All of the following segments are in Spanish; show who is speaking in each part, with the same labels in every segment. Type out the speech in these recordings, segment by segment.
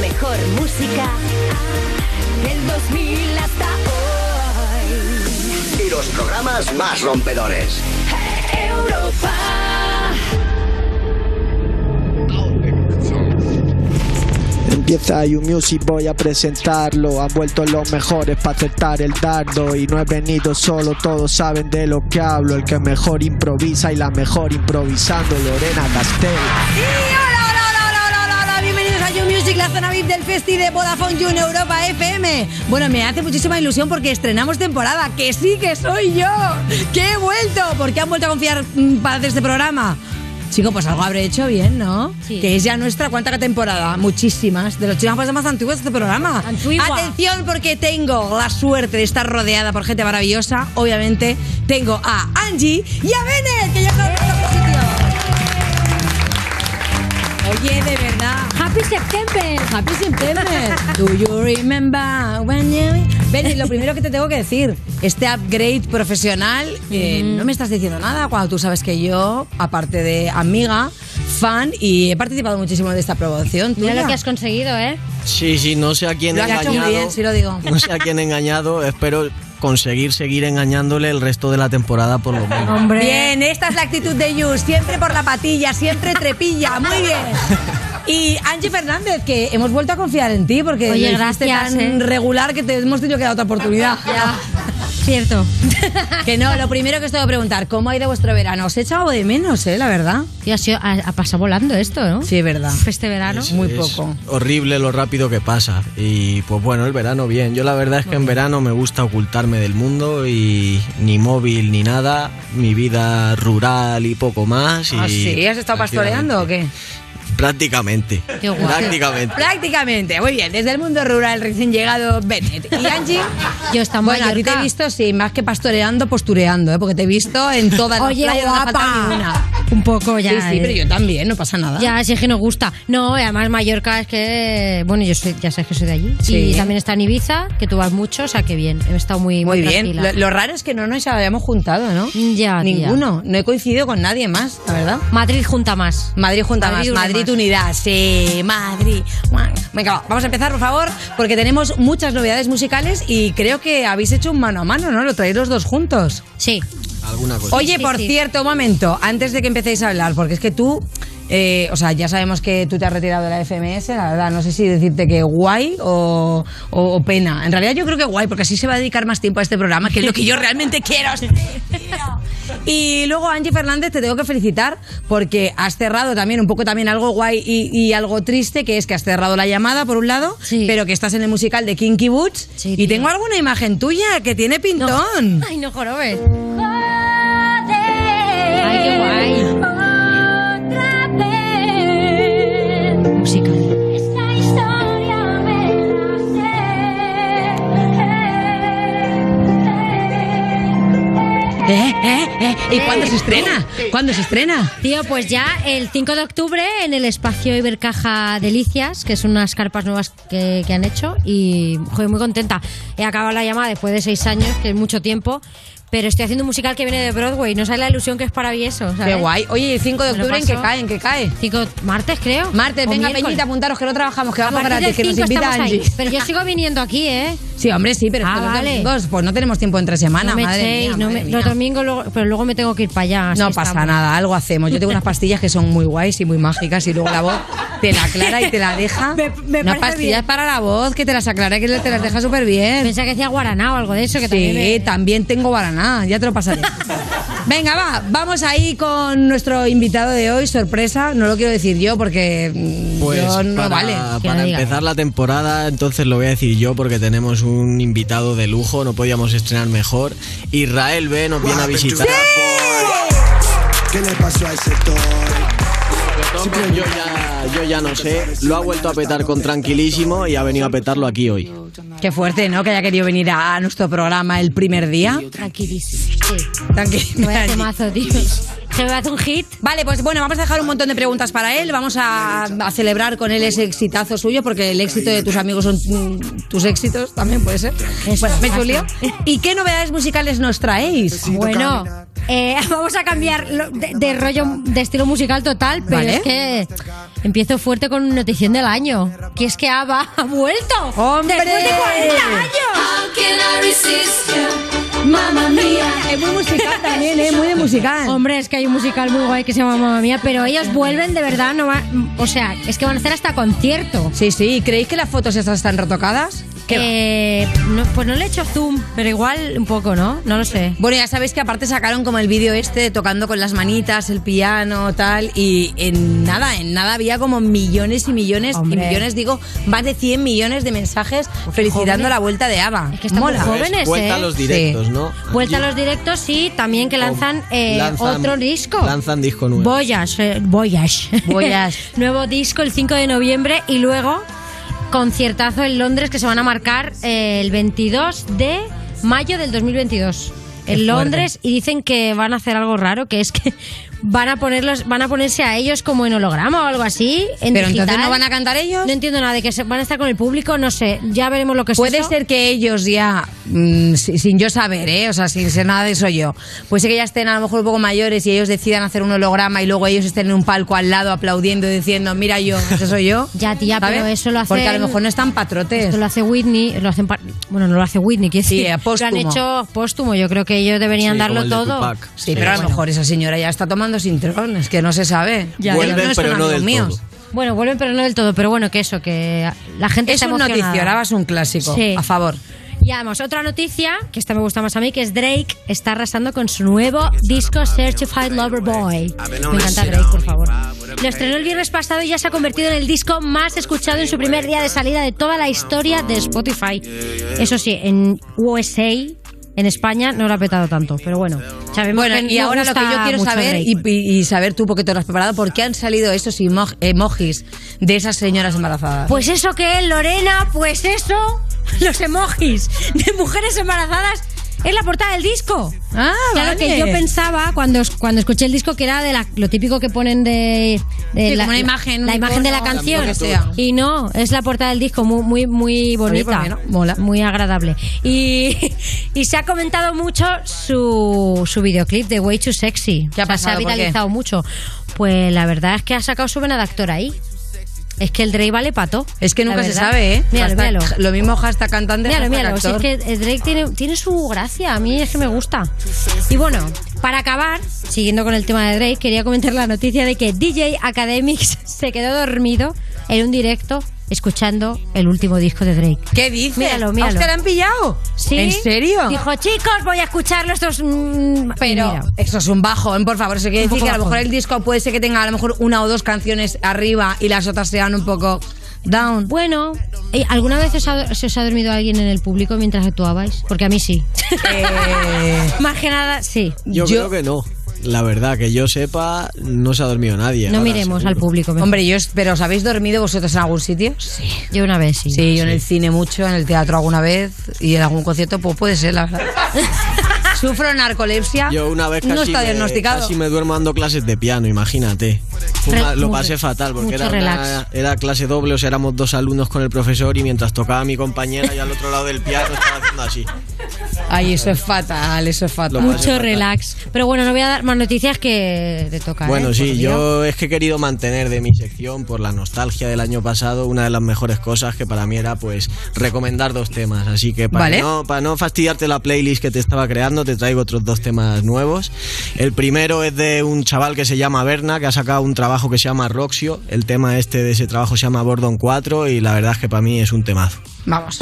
Speaker 1: mejor música del 2000 hasta hoy.
Speaker 2: Y los programas más rompedores.
Speaker 3: Empieza You Music, voy a presentarlo. Han vuelto los mejores para acertar el dardo. Y no he venido solo, todos saben de lo que hablo. El que mejor improvisa y la mejor improvisando, Lorena Castell.
Speaker 4: Sí, hola, hola, hola, hola, hola, hola, hola. Bienvenidos a You Music, la zona VIP del Festi de Vodafone You en Europa FM. Bueno, me hace muchísima ilusión porque estrenamos temporada. Que sí, que soy yo. Que he vuelto. ¿Por qué han vuelto a confiar mm, para hacer este programa? Chico, pues algo habré hecho bien, ¿no?
Speaker 5: Sí.
Speaker 4: Que es ya nuestra cuánta temporada. Muchísimas. De los programas más antiguos de este programa.
Speaker 5: Antigua.
Speaker 4: Atención porque tengo la suerte de estar rodeada por gente maravillosa. Obviamente tengo a Angie y a Bennett, que ya conozco este sitio. Oye, de verdad.
Speaker 5: Happy September.
Speaker 4: Happy September. Do you remember when you... Benny, lo primero que te tengo que decir, este upgrade profesional, eh, no me estás diciendo nada cuando tú sabes que yo, aparte de amiga, fan y he participado muchísimo de esta promoción.
Speaker 5: Mira
Speaker 4: tuya.
Speaker 5: lo que has conseguido, ¿eh?
Speaker 6: Sí, sí, no sé a quién
Speaker 4: Lo
Speaker 6: he
Speaker 4: has hecho
Speaker 6: engañado.
Speaker 4: muy bien, sí lo digo.
Speaker 6: No sé a quién he engañado, espero conseguir seguir engañándole el resto de la temporada por lo menos.
Speaker 4: Hombre. Bien, esta es la actitud de Yus, siempre por la patilla, siempre trepilla, muy bien. Y Angie Fernández, que hemos vuelto a confiar en ti porque
Speaker 5: Oye,
Speaker 4: lo hiciste
Speaker 5: gracias,
Speaker 4: tan
Speaker 5: ¿eh?
Speaker 4: regular que te hemos tenido que dar otra oportunidad.
Speaker 5: Ya. Cierto.
Speaker 4: Que no, lo primero que os tengo que preguntar, ¿cómo ha ido vuestro verano? Os he echado de menos, ¿eh? La verdad.
Speaker 5: Tío, ha, sido- ha- ha pasado volando esto, ¿no?
Speaker 4: Sí, es verdad.
Speaker 5: Este verano.
Speaker 4: muy
Speaker 6: Es
Speaker 4: poco.
Speaker 6: Horrible lo rápido que pasa. Y pues bueno, el verano bien. Yo la verdad es que en verano me gusta ocultarme del mundo y ni móvil ni nada. Mi vida rural y poco más. Y
Speaker 4: ¿Ah, sí? ¿Has estado pastoreando o qué?
Speaker 6: Prácticamente.
Speaker 5: Qué guay.
Speaker 6: Prácticamente.
Speaker 4: Prácticamente, muy bien. Desde el mundo rural recién llegado Bennett. ¿Y Angie?
Speaker 5: Yo está en
Speaker 4: Bueno, a ti te
Speaker 5: Mallorca.
Speaker 4: he visto, sí, más que pastoreando, postureando, ¿eh? Porque te he visto en todas las
Speaker 5: Oye,
Speaker 4: playas, no me ha faltado ni
Speaker 5: guapa.
Speaker 4: una.
Speaker 5: Un poco ya.
Speaker 4: Sí, sí,
Speaker 5: eh.
Speaker 4: pero yo también, no pasa nada.
Speaker 5: Ya, si es que nos gusta. No, y además Mallorca es que. Bueno, yo soy, ya sabes que soy de allí.
Speaker 4: Sí.
Speaker 5: Y también está en Ibiza, que tú vas mucho, o sea que bien. He estado muy,
Speaker 4: Muy bien.
Speaker 5: tranquila.
Speaker 4: Lo, lo raro es que no nos habíamos juntado, ¿no?
Speaker 5: Ya, tía.
Speaker 4: Ninguno. No he coincidido con nadie más, la verdad.
Speaker 5: Madrid junta más.
Speaker 4: Madrid junta
Speaker 5: Madrid une
Speaker 4: más, Madrid
Speaker 5: más.
Speaker 4: unidad, sí, Madrid. Venga, va, vamos a empezar, por favor, porque tenemos muchas novedades musicales y creo que habéis hecho un mano a mano, ¿no? Lo traéis los dos juntos.
Speaker 5: Sí.
Speaker 6: Alguna cosa.
Speaker 4: Oye,
Speaker 5: sí,
Speaker 4: por
Speaker 5: sí.
Speaker 4: cierto, un momento, antes de que empecéis a hablar, porque es que tú, eh, o sea, ya sabemos que tú te has retirado de la FMS, la verdad, no sé si decirte que guay o, o- o pena. En realidad yo creo que guay, porque así se va a dedicar más tiempo a este programa, que es lo que yo realmente quiero. sí, quiero. Y luego, Angie Fernández, te tengo que felicitar porque has cerrado también un poco también algo guay y, y algo triste, que es que has cerrado la llamada, por un lado,
Speaker 5: Sí.
Speaker 4: pero que estás en el musical de Kinky Boots.
Speaker 5: Sí,
Speaker 4: y
Speaker 5: tío.
Speaker 4: tengo alguna imagen tuya que tiene pintón.
Speaker 5: Ay, no jorobes. Ay, qué guay. Música.
Speaker 4: ¿Eh? ¿Eh? ¿Eh? ¿Y cuándo se estrena? ¿Cuándo se estrena?
Speaker 5: Tío, pues ya el 5 de octubre en el espacio Ibercaja Delicias, que son unas carpas nuevas que, que han hecho, y joder, muy contenta. He acabado la llamada después de seis años, que es mucho tiempo, pero estoy haciendo un musical que viene de Broadway, no sabes la ilusión que es para mí eso, ¿sabes?
Speaker 4: Qué guay. Oye, ¿y el 5 de
Speaker 5: Me lo
Speaker 4: octubre en qué
Speaker 5: paso.
Speaker 4: cae, en qué cae.
Speaker 5: Cinco- martes, creo.
Speaker 4: Martes,
Speaker 5: O
Speaker 4: venga,
Speaker 5: miércoles.
Speaker 4: Peñita, apuntaros que no trabajamos, que
Speaker 5: A
Speaker 4: vamos
Speaker 5: partir del
Speaker 4: gratis, que nos
Speaker 5: 5
Speaker 4: invita
Speaker 5: estamos ahí.
Speaker 4: Angie.
Speaker 5: Pero yo sigo viniendo aquí, ¿eh?
Speaker 4: Sí, hombre, sí, pero es que
Speaker 5: Ah,
Speaker 4: los
Speaker 5: vale.
Speaker 4: domingos, pues no tenemos tiempo entre semana,
Speaker 5: no me
Speaker 4: madre
Speaker 5: echéis,
Speaker 4: mía,
Speaker 5: no
Speaker 4: madre
Speaker 5: me-
Speaker 4: mía.
Speaker 5: los domingos, luego- pero luego me tengo que ir para allá. así
Speaker 4: No pasa
Speaker 5: estamos.
Speaker 4: nada, algo hacemos. Yo tengo unas pastillas que son muy guays y muy mágicas y luego la voz te la aclara y te la deja.
Speaker 5: Me- me parece
Speaker 4: unas pastillas
Speaker 5: bien.
Speaker 4: para la voz que te las aclara y que te las deja súper bien.
Speaker 5: Pensaba que decía guaraná o algo de eso, que
Speaker 4: sí,
Speaker 5: también. me-
Speaker 4: también tengo guaraná, ya te lo pasaré. Venga, va, vamos ahí con nuestro invitado de hoy, sorpresa. No lo quiero decir yo porque mm,
Speaker 6: Pues
Speaker 4: yo no
Speaker 6: para,
Speaker 4: vale.
Speaker 5: que
Speaker 6: para
Speaker 5: no diga.
Speaker 6: empezar la temporada, entonces lo voy a decir yo porque tenemos un invitado de lujo, no podíamos estrenar mejor. Israel B nos viene a visitar.
Speaker 7: ¿Qué le pasó a ese toy?
Speaker 6: Pero Yo ya, yo ya no sé, lo ha vuelto a petar con tranquilísimo y ha venido a petarlo aquí hoy.
Speaker 4: Qué fuerte, ¿no? Que haya querido venir a nuestro programa el primer día.
Speaker 5: Tranquilísimo. Sí.
Speaker 4: Tranquilo.
Speaker 5: Vaya temazo, tío. Se me hace un hit.
Speaker 4: Vale, pues bueno, vamos a dejar un montón de preguntas para él. Vamos a, a celebrar con él ese exitazo suyo, porque el éxito de tus amigos son mm, tus éxitos, también puede ser. Bueno, me chulio. ¿Y qué novedades musicales nos traéis?
Speaker 5: Bueno, eh, vamos a cambiar lo- de, de rollo, de estilo musical total, pero
Speaker 4: Vale.
Speaker 5: es que Empiezo fuerte con notición del año. Que es que Ava ha vuelto.
Speaker 4: ¡Hombre!
Speaker 5: Después de 40 años.
Speaker 4: Es muy musical también, ¿eh? Muy de musical.
Speaker 5: Hombre, es que hay un musical muy guay que se llama Mamma Mía, pero ellos vuelven de verdad, no va- o sea, es que van a hacer hasta concierto.
Speaker 4: Sí, sí. ¿Creéis que las fotos estas están retocadas? ¿Qué va?
Speaker 5: Eh, no- pues no le he hecho zoom, pero igual un poco, ¿no? No lo sé.
Speaker 4: Bueno, ya sabéis que aparte sacaron como el vídeo este tocando con las manitas, el piano, tal, y en nada, en nada había como millones y millones
Speaker 5: Hombre.
Speaker 4: y millones, digo, más de 100 millones de mensajes felicitando
Speaker 5: jóvenes.
Speaker 4: la vuelta de Ava.
Speaker 5: Es que están
Speaker 4: Mola.
Speaker 5: muy jóvenes,
Speaker 6: Vuelta
Speaker 5: ¿eh?
Speaker 6: a los directos, ¿no?
Speaker 5: Vuelta a
Speaker 6: Allí
Speaker 5: los directos, sí, también que lanzan, eh,
Speaker 6: Oh, lanzan-
Speaker 5: otro disco.
Speaker 6: Lanzan disco nuevo.
Speaker 5: Voyage, eh, Voyage.
Speaker 4: Voyage.
Speaker 5: Nuevo disco el 5 de noviembre y luego conciertazo en Londres que se van a marcar eh, el 22 de mayo del 2022. En Londres y dicen que van a hacer algo raro, que es que van a ponerlos, van a ponerse a ellos como en holograma o algo así. en
Speaker 4: Pero entonces
Speaker 5: digital.
Speaker 4: no van a cantar ellos.
Speaker 5: No entiendo nada de que se- van a estar con el público, no sé. Ya veremos lo que es
Speaker 4: Puede
Speaker 5: eso.
Speaker 4: ser que ellos ya, mm, si- sin yo saber, ¿eh? o sea, sin ser nada de eso yo, pues sí que ya estén a lo mejor un poco mayores y ellos decidan hacer un holograma y luego ellos estén en un palco al lado aplaudiendo y diciendo, mira yo, ese soy yo.
Speaker 5: Ya, tía, pero eso lo
Speaker 4: Porque a
Speaker 5: hacen-
Speaker 4: lo mejor no están patrotes.
Speaker 5: Esto lo hace Whitney, lo hacen pa- bueno, no lo hace Whitney, quiero
Speaker 4: Pues Sí,
Speaker 5: decir,
Speaker 4: eh, póstumo.
Speaker 5: lo han hecho póstumo, yo creo que ellos
Speaker 6: Sí,
Speaker 5: deberían
Speaker 6: como
Speaker 5: darlo
Speaker 6: el de
Speaker 5: todo.
Speaker 6: Tupac.
Speaker 4: Sí, pero a lo
Speaker 5: bueno.
Speaker 4: mejor esa señora ya está tomando sintrón, es que no se sabe.
Speaker 5: Ya,
Speaker 4: Ellos
Speaker 6: Vuelven,
Speaker 4: son
Speaker 6: pero no
Speaker 4: amigos
Speaker 6: del
Speaker 4: míos.
Speaker 6: todo.
Speaker 5: Bueno, vuelven pero no del todo, pero bueno, que eso, que la gente
Speaker 4: Es
Speaker 5: está
Speaker 4: un
Speaker 5: emocionada.
Speaker 4: noticio, ahora vas un clásico.
Speaker 5: Sí.
Speaker 4: A favor.
Speaker 5: Y además, otra noticia, que esta me gusta más a mí, que es Drake está arrasando con su nuevo disco Certified Lover Boy. Me encanta Drake, por favor. Lo estrenó el viernes pasado y ya se ha convertido en el disco más escuchado en su primer día de salida de toda la historia de Spotify. Eso sí, en USA, en España, no lo ha petado tanto, pero bueno. Sabemos
Speaker 4: Bueno,
Speaker 5: que
Speaker 4: y
Speaker 5: nos
Speaker 4: ahora lo que
Speaker 5: gusta
Speaker 4: yo quiero
Speaker 5: mucho
Speaker 4: saber
Speaker 5: Drake.
Speaker 4: y, y- y saber tú, porque te lo has preparado, ¿por qué han salido esos emo- emojis de esas señoras embarazadas?
Speaker 5: Pues eso que es, Lorena, pues eso, los emojis de mujeres embarazadas es la portada del disco.
Speaker 4: Ah,
Speaker 5: claro
Speaker 4: vale.
Speaker 5: que yo pensaba cuando, es- cuando escuché el disco que era de la- lo típico que ponen de, de
Speaker 4: Sí,
Speaker 5: la,
Speaker 4: como una imagen,
Speaker 5: la
Speaker 4: un
Speaker 5: imagen de la
Speaker 4: icono,
Speaker 5: canción
Speaker 4: lo que sea.
Speaker 5: y no es la portada del disco muy muy muy bonita
Speaker 4: ¿por qué no? Mola.
Speaker 5: muy agradable y, y se ha comentado mucho su, su videoclip de Way Too Sexy
Speaker 4: ¿Qué ha
Speaker 5: O sea,
Speaker 4: pasado?
Speaker 5: se ha
Speaker 4: ¿Por qué?
Speaker 5: vitalizado mucho pues la verdad es que ha sacado su benadactor ahí es que el Drake vale pato.
Speaker 4: es que nunca
Speaker 5: la
Speaker 4: se
Speaker 5: verdad.
Speaker 4: sabe, ¿eh?
Speaker 5: Míralo,
Speaker 4: Hashtag-
Speaker 5: míralo.
Speaker 4: Lo mismo hashtag cantante,
Speaker 5: Míralo,
Speaker 4: hashtag
Speaker 5: míralo. Si es
Speaker 4: actor.
Speaker 5: que el Drake tiene, tiene su gracia. A mí es que me gusta. Y bueno, para acabar, siguiendo con el tema de Drake, quería comentar la noticia de que DJ Academics se quedó dormido en un directo escuchando el último disco de Drake.
Speaker 4: ¿Qué dices?
Speaker 5: Míralo,
Speaker 4: ¿A
Speaker 5: míralo.
Speaker 4: usted la han pillado?
Speaker 5: ¿Sí?
Speaker 4: ¿En serio?
Speaker 5: Dijo, chicos, voy a escuchar nuestros... mm,
Speaker 4: Pero
Speaker 5: mira.
Speaker 4: eso es un bajón, por favor. Eso quiere
Speaker 5: Un
Speaker 4: decir
Speaker 5: poco
Speaker 4: que a lo mejor
Speaker 5: bajón.
Speaker 4: el disco puede ser que tenga a lo mejor una o dos canciones arriba y las otras sean un poco down.
Speaker 5: Bueno, eh, ¿alguna vez os ha- se os ha dormido alguien en el público mientras actuabais? Porque a mí sí.
Speaker 4: Eh,
Speaker 5: Más que nada, sí.
Speaker 6: Yo,
Speaker 4: Yo-
Speaker 6: creo que no. La verdad, que yo sepa, no se ha dormido nadie.
Speaker 5: No
Speaker 6: ahora,
Speaker 5: miremos al
Speaker 6: seguro.
Speaker 5: público. mejor.
Speaker 4: hombre, yo es- pero ¿os habéis dormido vosotros en algún sitio? Sí.
Speaker 5: yo una vez sí.
Speaker 4: Sí, yo en el cine mucho, en el teatro alguna vez y en algún concierto, pues puede ser, la verdad. Sufro narcolepsia.
Speaker 6: Yo una vez casi,
Speaker 4: no está
Speaker 6: me,
Speaker 4: diagnosticado.
Speaker 6: casi me duermo dando clases de piano, imagínate. Fue
Speaker 5: Re-
Speaker 6: una- lo
Speaker 5: muy-
Speaker 6: pasé fatal porque
Speaker 5: mucho
Speaker 6: era, una-
Speaker 5: relax.
Speaker 6: era clase doble, o sea, éramos dos alumnos con el profesor y mientras tocaba mi compañera y al otro lado del piano estaba haciendo así.
Speaker 4: Ay, eso es fatal, eso es fatal.
Speaker 6: Lo pasé
Speaker 5: Mucho
Speaker 6: fatal.
Speaker 5: relax. Pero bueno, no voy a dar más noticias que te toca.
Speaker 6: Bueno,
Speaker 5: ¿eh?
Speaker 6: sí,
Speaker 5: Por Dios.
Speaker 6: yo es que he querido mantener de mi sección por la nostalgia del año pasado una de las mejores cosas que para mí era pues recomendar dos temas, así que para,
Speaker 4: Vale.
Speaker 6: no, para no fastidiarte la playlist que te estaba creando te traigo otros dos temas nuevos. El primero es de un chaval que se llama Berna que ha sacado un trabajo que se llama Roxio, el tema este de ese trabajo se llama Bordon 4 y la verdad es que para mí es un temazo.
Speaker 4: Vamos.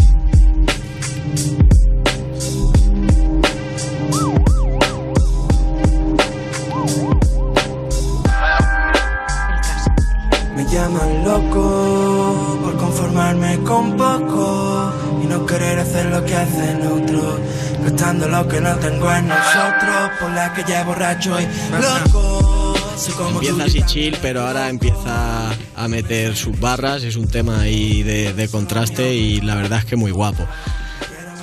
Speaker 8: Me llaman loco por conformarme con poco y no querer hacer lo que hacen otros, gastando lo que no tengo en nosotros, por la que ya borracho y loco. Soy como
Speaker 6: Empieza
Speaker 8: tú,
Speaker 6: así chill, pero ahora empieza a meter sus barras, es un tema ahí de, de contraste y la verdad es que muy guapo.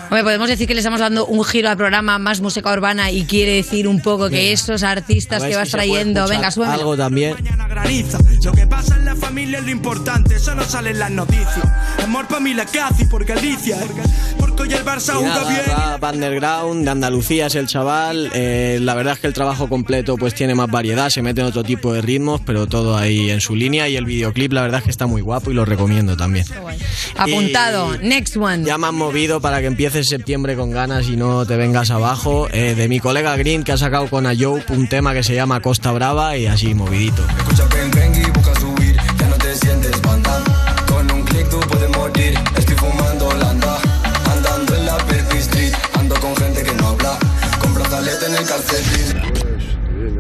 Speaker 4: Hombre, podemos decir que le estamos dando un giro al programa más música urbana y quiere decir un poco que esos artistas
Speaker 6: A ver
Speaker 4: que
Speaker 6: si
Speaker 4: vas
Speaker 6: se puede
Speaker 4: trayendo,
Speaker 6: escuchar
Speaker 4: venga, súbeme.
Speaker 6: Algo también.
Speaker 8: mañana graniza. Lo que pasa en la familia es lo importante, eso no sale en las noticias. Amor para mí la casi por Galicia, porque Franco y el Barça
Speaker 6: Y
Speaker 8: juega
Speaker 6: nada,
Speaker 8: bien.
Speaker 6: rap underground, de Andalucía es el chaval. eh, la verdad es que el trabajo completo pues tiene más variedad, se mete en otro tipo de ritmos, pero todo ahí en su línea. Y el videoclip, la verdad es que está muy guapo y lo recomiendo también.
Speaker 4: Apuntado.
Speaker 6: Y-
Speaker 4: Next one.
Speaker 6: Ya me han movido para que empieces septiembre con ganas y no te vengas abajo. eh, de mi colega Green, que ha sacado con Ayoub un tema que se llama Costa Brava y así movidito.
Speaker 9: Escucha Bang Bang y busca subir, ya no te sientes banda. Con un clic tú puedes morir, estoy fumando landa. Andando en la Baby Street, ando con gente que no habla. Con brazalete en el calcetín.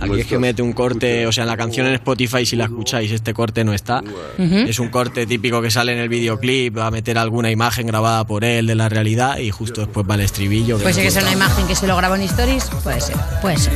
Speaker 6: Aquí es que mete un corte, o sea, en la canción en Spotify, si la escucháis, este corte no está. Es un corte típico que sale en el videoclip, va a meter alguna imagen grabada por él de la realidad y justo después va el estribillo. que
Speaker 4: Puede ser Pues
Speaker 6: no
Speaker 4: que sea una
Speaker 6: corta.
Speaker 4: imagen que se lo grabó en Stories. Puede ser.
Speaker 5: Puede ser.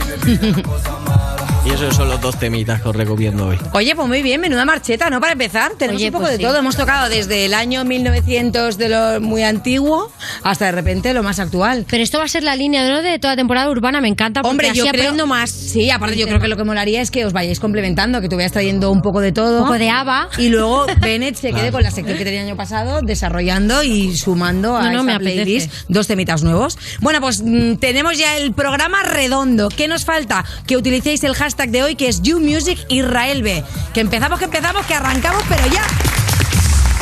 Speaker 6: Y esos son los dos temitas que os recomiendo hoy.
Speaker 4: Oye, pues muy bien, menuda marcheta, ¿no? Para empezar, tenemos
Speaker 5: Oye,
Speaker 4: un poco
Speaker 5: pues
Speaker 4: de
Speaker 5: sí.
Speaker 4: todo. Hemos tocado desde el año 1900 de lo muy antiguo hasta de repente lo más actual.
Speaker 5: Pero esto va a ser la línea ¿no? de toda temporada urbana, me encanta. Porque
Speaker 4: Hombre,
Speaker 5: así
Speaker 4: yo creo-
Speaker 5: aprendo más.
Speaker 4: Sí, aparte yo creo que lo que molaría es que os vayáis complementando, que tú vayas trayendo un poco de todo.
Speaker 5: Un poco de haba.
Speaker 4: Y luego Bennett se quede con la sección que tenía el año pasado, desarrollando y sumando a
Speaker 5: No, no,
Speaker 4: esa
Speaker 5: me apetece.
Speaker 4: playlist dos temitas nuevos. Bueno, pues mm, tenemos ya el programa redondo. ¿Qué nos falta? Que utilicéis el hashtag de hoy, que es YouMusicIsraelB. Que empezamos, que empezamos, que arrancamos, pero ya.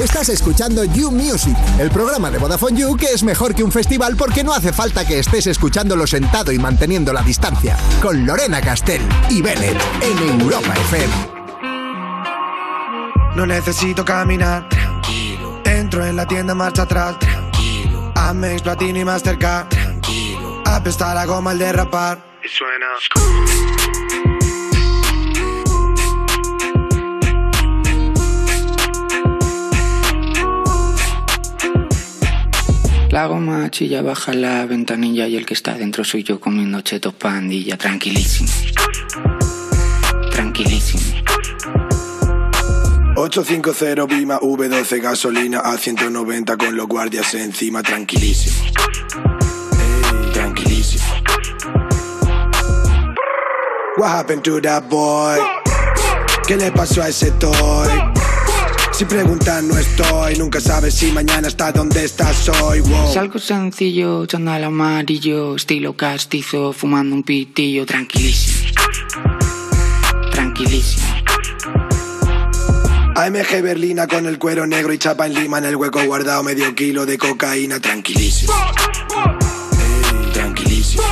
Speaker 7: Estás escuchando You Music, el programa de Vodafone You que es mejor que un festival porque no hace falta que estés escuchándolo sentado y manteniendo la distancia. Con Lorena Castell y Bennett en Europa FM.
Speaker 8: No necesito caminar, tranquilo. Entro en la tienda marcha atrás, tranquilo. Amex Platino y Mastercard, tranquilo. Apesta la goma al derrapar. Y suena.
Speaker 10: La goma chilla baja la ventanilla y el que está dentro soy yo comiendo chetos pandilla, tranquilísimo. Tranquilísimo.
Speaker 7: 850 Bima V12 gasolina a 190 con los guardias encima, tranquilísimo. Ey, tranquilísimo.
Speaker 8: What happened to that boy? ¿Qué le pasó a ese toy? Si preguntas no estoy, nunca sabes si mañana está donde estás hoy.
Speaker 10: Es
Speaker 8: Wow.
Speaker 10: algo sencillo, chándal amarillo, estilo castizo, fumando un pitillo, tranquilísimo. Tranquilísimo.
Speaker 8: AMG Berlina con el cuero negro y chapa en lima en el hueco guardado medio kilo de cocaína tranquilísimo. Ey, tranquilísimo.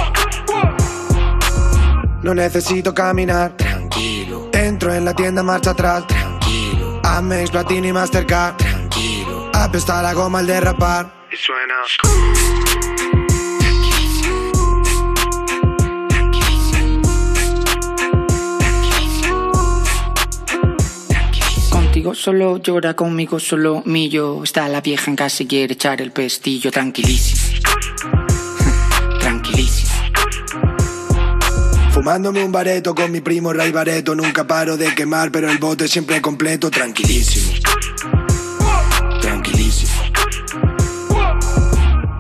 Speaker 8: No necesito caminar, tranquilo. Entro en la tienda marcha atrás, tranquilo. Amex Platino y Mastercard, tranquilo. Apesta la goma al derrapar. Y suena.
Speaker 10: Contigo solo llora, conmigo solo millo. Está la vieja en casa y quiere echar el pestillo, tranquilísimo. tranquilísimo.
Speaker 8: Fumándome un bareto con mi primo Ray Bareto, nunca paro de quemar, pero el bote siempre completo, tranquilísimo. Tranquilísimo.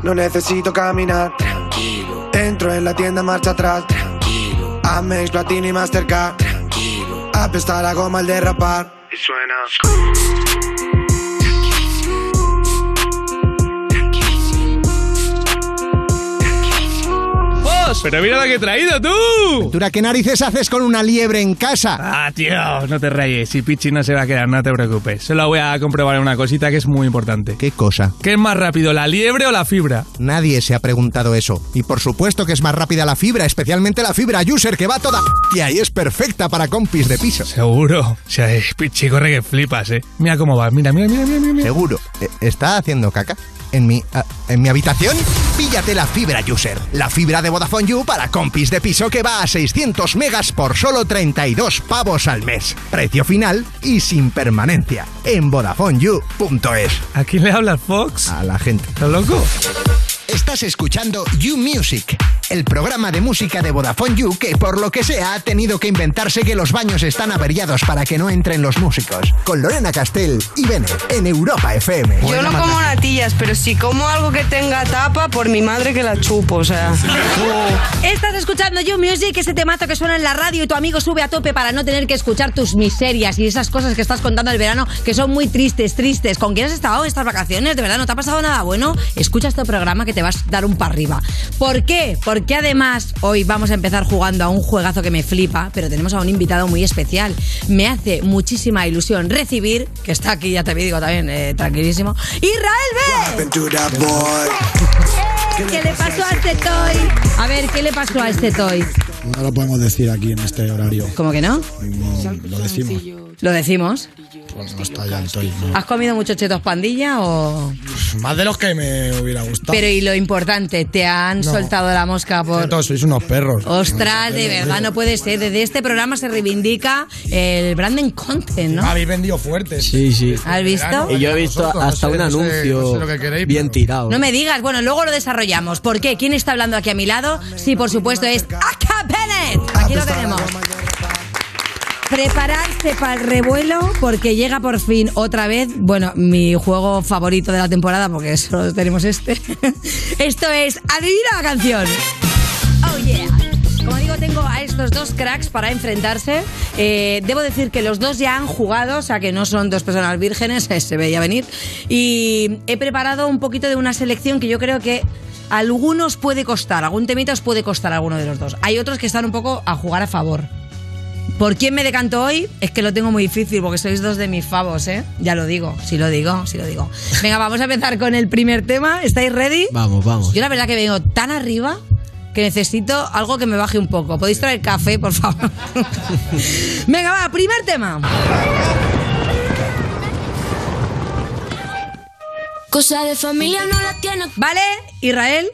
Speaker 8: No necesito caminar, tranquilo. Entro en la tienda marcha atrás, tranquilo. Amex Platino y Mastercard, tranquilo. Apesta la goma al derrapar. Y suena.
Speaker 11: Pero mira la que he traído tú.
Speaker 7: ¿Dura qué narices haces con una liebre en casa?
Speaker 11: Ah, tío, no te rayes. Si Pichi no se va a quedar, no te preocupes. Solo voy a comprobar una cosita que es muy importante.
Speaker 7: ¿Qué cosa?
Speaker 11: ¿Qué es más rápido, la liebre o la fibra?
Speaker 7: Nadie se ha preguntado eso. Y por supuesto que es más rápida la fibra, especialmente la fibra user que va toda... Y ahí es perfecta para compis de piso.
Speaker 11: Seguro. O sea, eh, Pichi corre que flipas, eh. Mira cómo va. Mira, mira, mira, mira, mira, mira.
Speaker 7: Seguro. Eh, ¿Está haciendo caca? ¿En mi, ah, ¿En mi habitación? Píllate la fibra user. La fibra de Vodafone You para compis de piso que va a 600 megas por solo 32 pavos al mes. Precio final y sin permanencia. En VodafoneYou.es.
Speaker 11: ¿A quién le hablas, Fox?
Speaker 7: A la gente.
Speaker 11: ¿Estás loco?
Speaker 7: Estás escuchando You Music, el programa de música de Vodafone You que por lo que sea ha tenido que inventarse que los baños están averiados para que no entren los músicos. Con Lorena Castell y Bene en Europa FM.
Speaker 12: Yo no como natillas, pero si como algo que tenga tapa, por mi madre que la chupo, o sea.
Speaker 4: Estás escuchando You Music, ese temazo que suena en la radio y tu amigo sube a tope para no tener que escuchar tus miserias y esas cosas que estás contando el verano que son muy tristes, tristes. ¿Con quién has estado estas vacaciones? ¿De verdad no te ha pasado nada bueno? Escucha este programa que te vas a dar un para arriba. ¿Por qué? Porque además hoy vamos a empezar jugando a un juegazo que me flipa, pero tenemos a un invitado muy especial. Me hace muchísima ilusión recibir, que está aquí, ya te digo también, eh, tranquilísimo, Israel B. ¿Qué le pasó a este toy? A ver, ¿qué le pasó a este toy?
Speaker 13: No lo podemos decir aquí en este horario.
Speaker 4: ¿Cómo que no?
Speaker 13: Lo decimos.
Speaker 4: ¿Lo decimos?
Speaker 13: Pues no está ya el toy, no.
Speaker 4: ¿Has comido muchos chetos pandilla o...?
Speaker 13: Más de los que me hubiera gustado.
Speaker 4: Pero y lo importante, te han
Speaker 13: Pues No.
Speaker 4: soltado la mosca por...
Speaker 13: Chetos, sois unos perros.
Speaker 4: Ostras, de verdad, no puede ser. Desde este programa se reivindica el branding content, ¿no?
Speaker 13: Habéis vendido fuerte.
Speaker 6: Sí, sí.
Speaker 13: pues,
Speaker 4: ¿Has visto?
Speaker 6: Y yo he visto hasta un anuncio bien tirado.
Speaker 4: No me digas, bueno, luego lo desarrollamos. ¿Por qué? ¿Quién está hablando aquí a mi lado? Sí, por supuesto, es Aka Bennett. Aquí lo tenemos. Prepararse para el revuelo porque llega por fin otra vez, bueno, mi juego favorito de la temporada porque solo tenemos este. Esto es Adivina la canción. Oh yeah. Como digo, tengo a estos dos cracks para enfrentarse. Eh, debo decir que los dos ya han jugado, o sea que no son dos personas vírgenes, eh, se veía venir. Y he preparado un poquito de una selección que yo creo que a algunos puede costar, algún temita os puede costar a alguno de los dos. Hay otros que están un poco a jugar a favor. ¿Por quién me decanto hoy? Es que lo tengo muy difícil porque sois dos de mis favos, ¿eh? Ya lo digo, sí lo digo, sí lo digo. Venga, vamos a empezar con el primer tema. ¿Estáis ready?
Speaker 6: Vamos, vamos.
Speaker 4: Yo la verdad que vengo tan arriba que necesito algo que me baje un poco. ¿Podéis traer café, por favor? Venga, va, primer tema.
Speaker 14: Cosa de familia no la tiene.
Speaker 4: ¿Vale? Israel,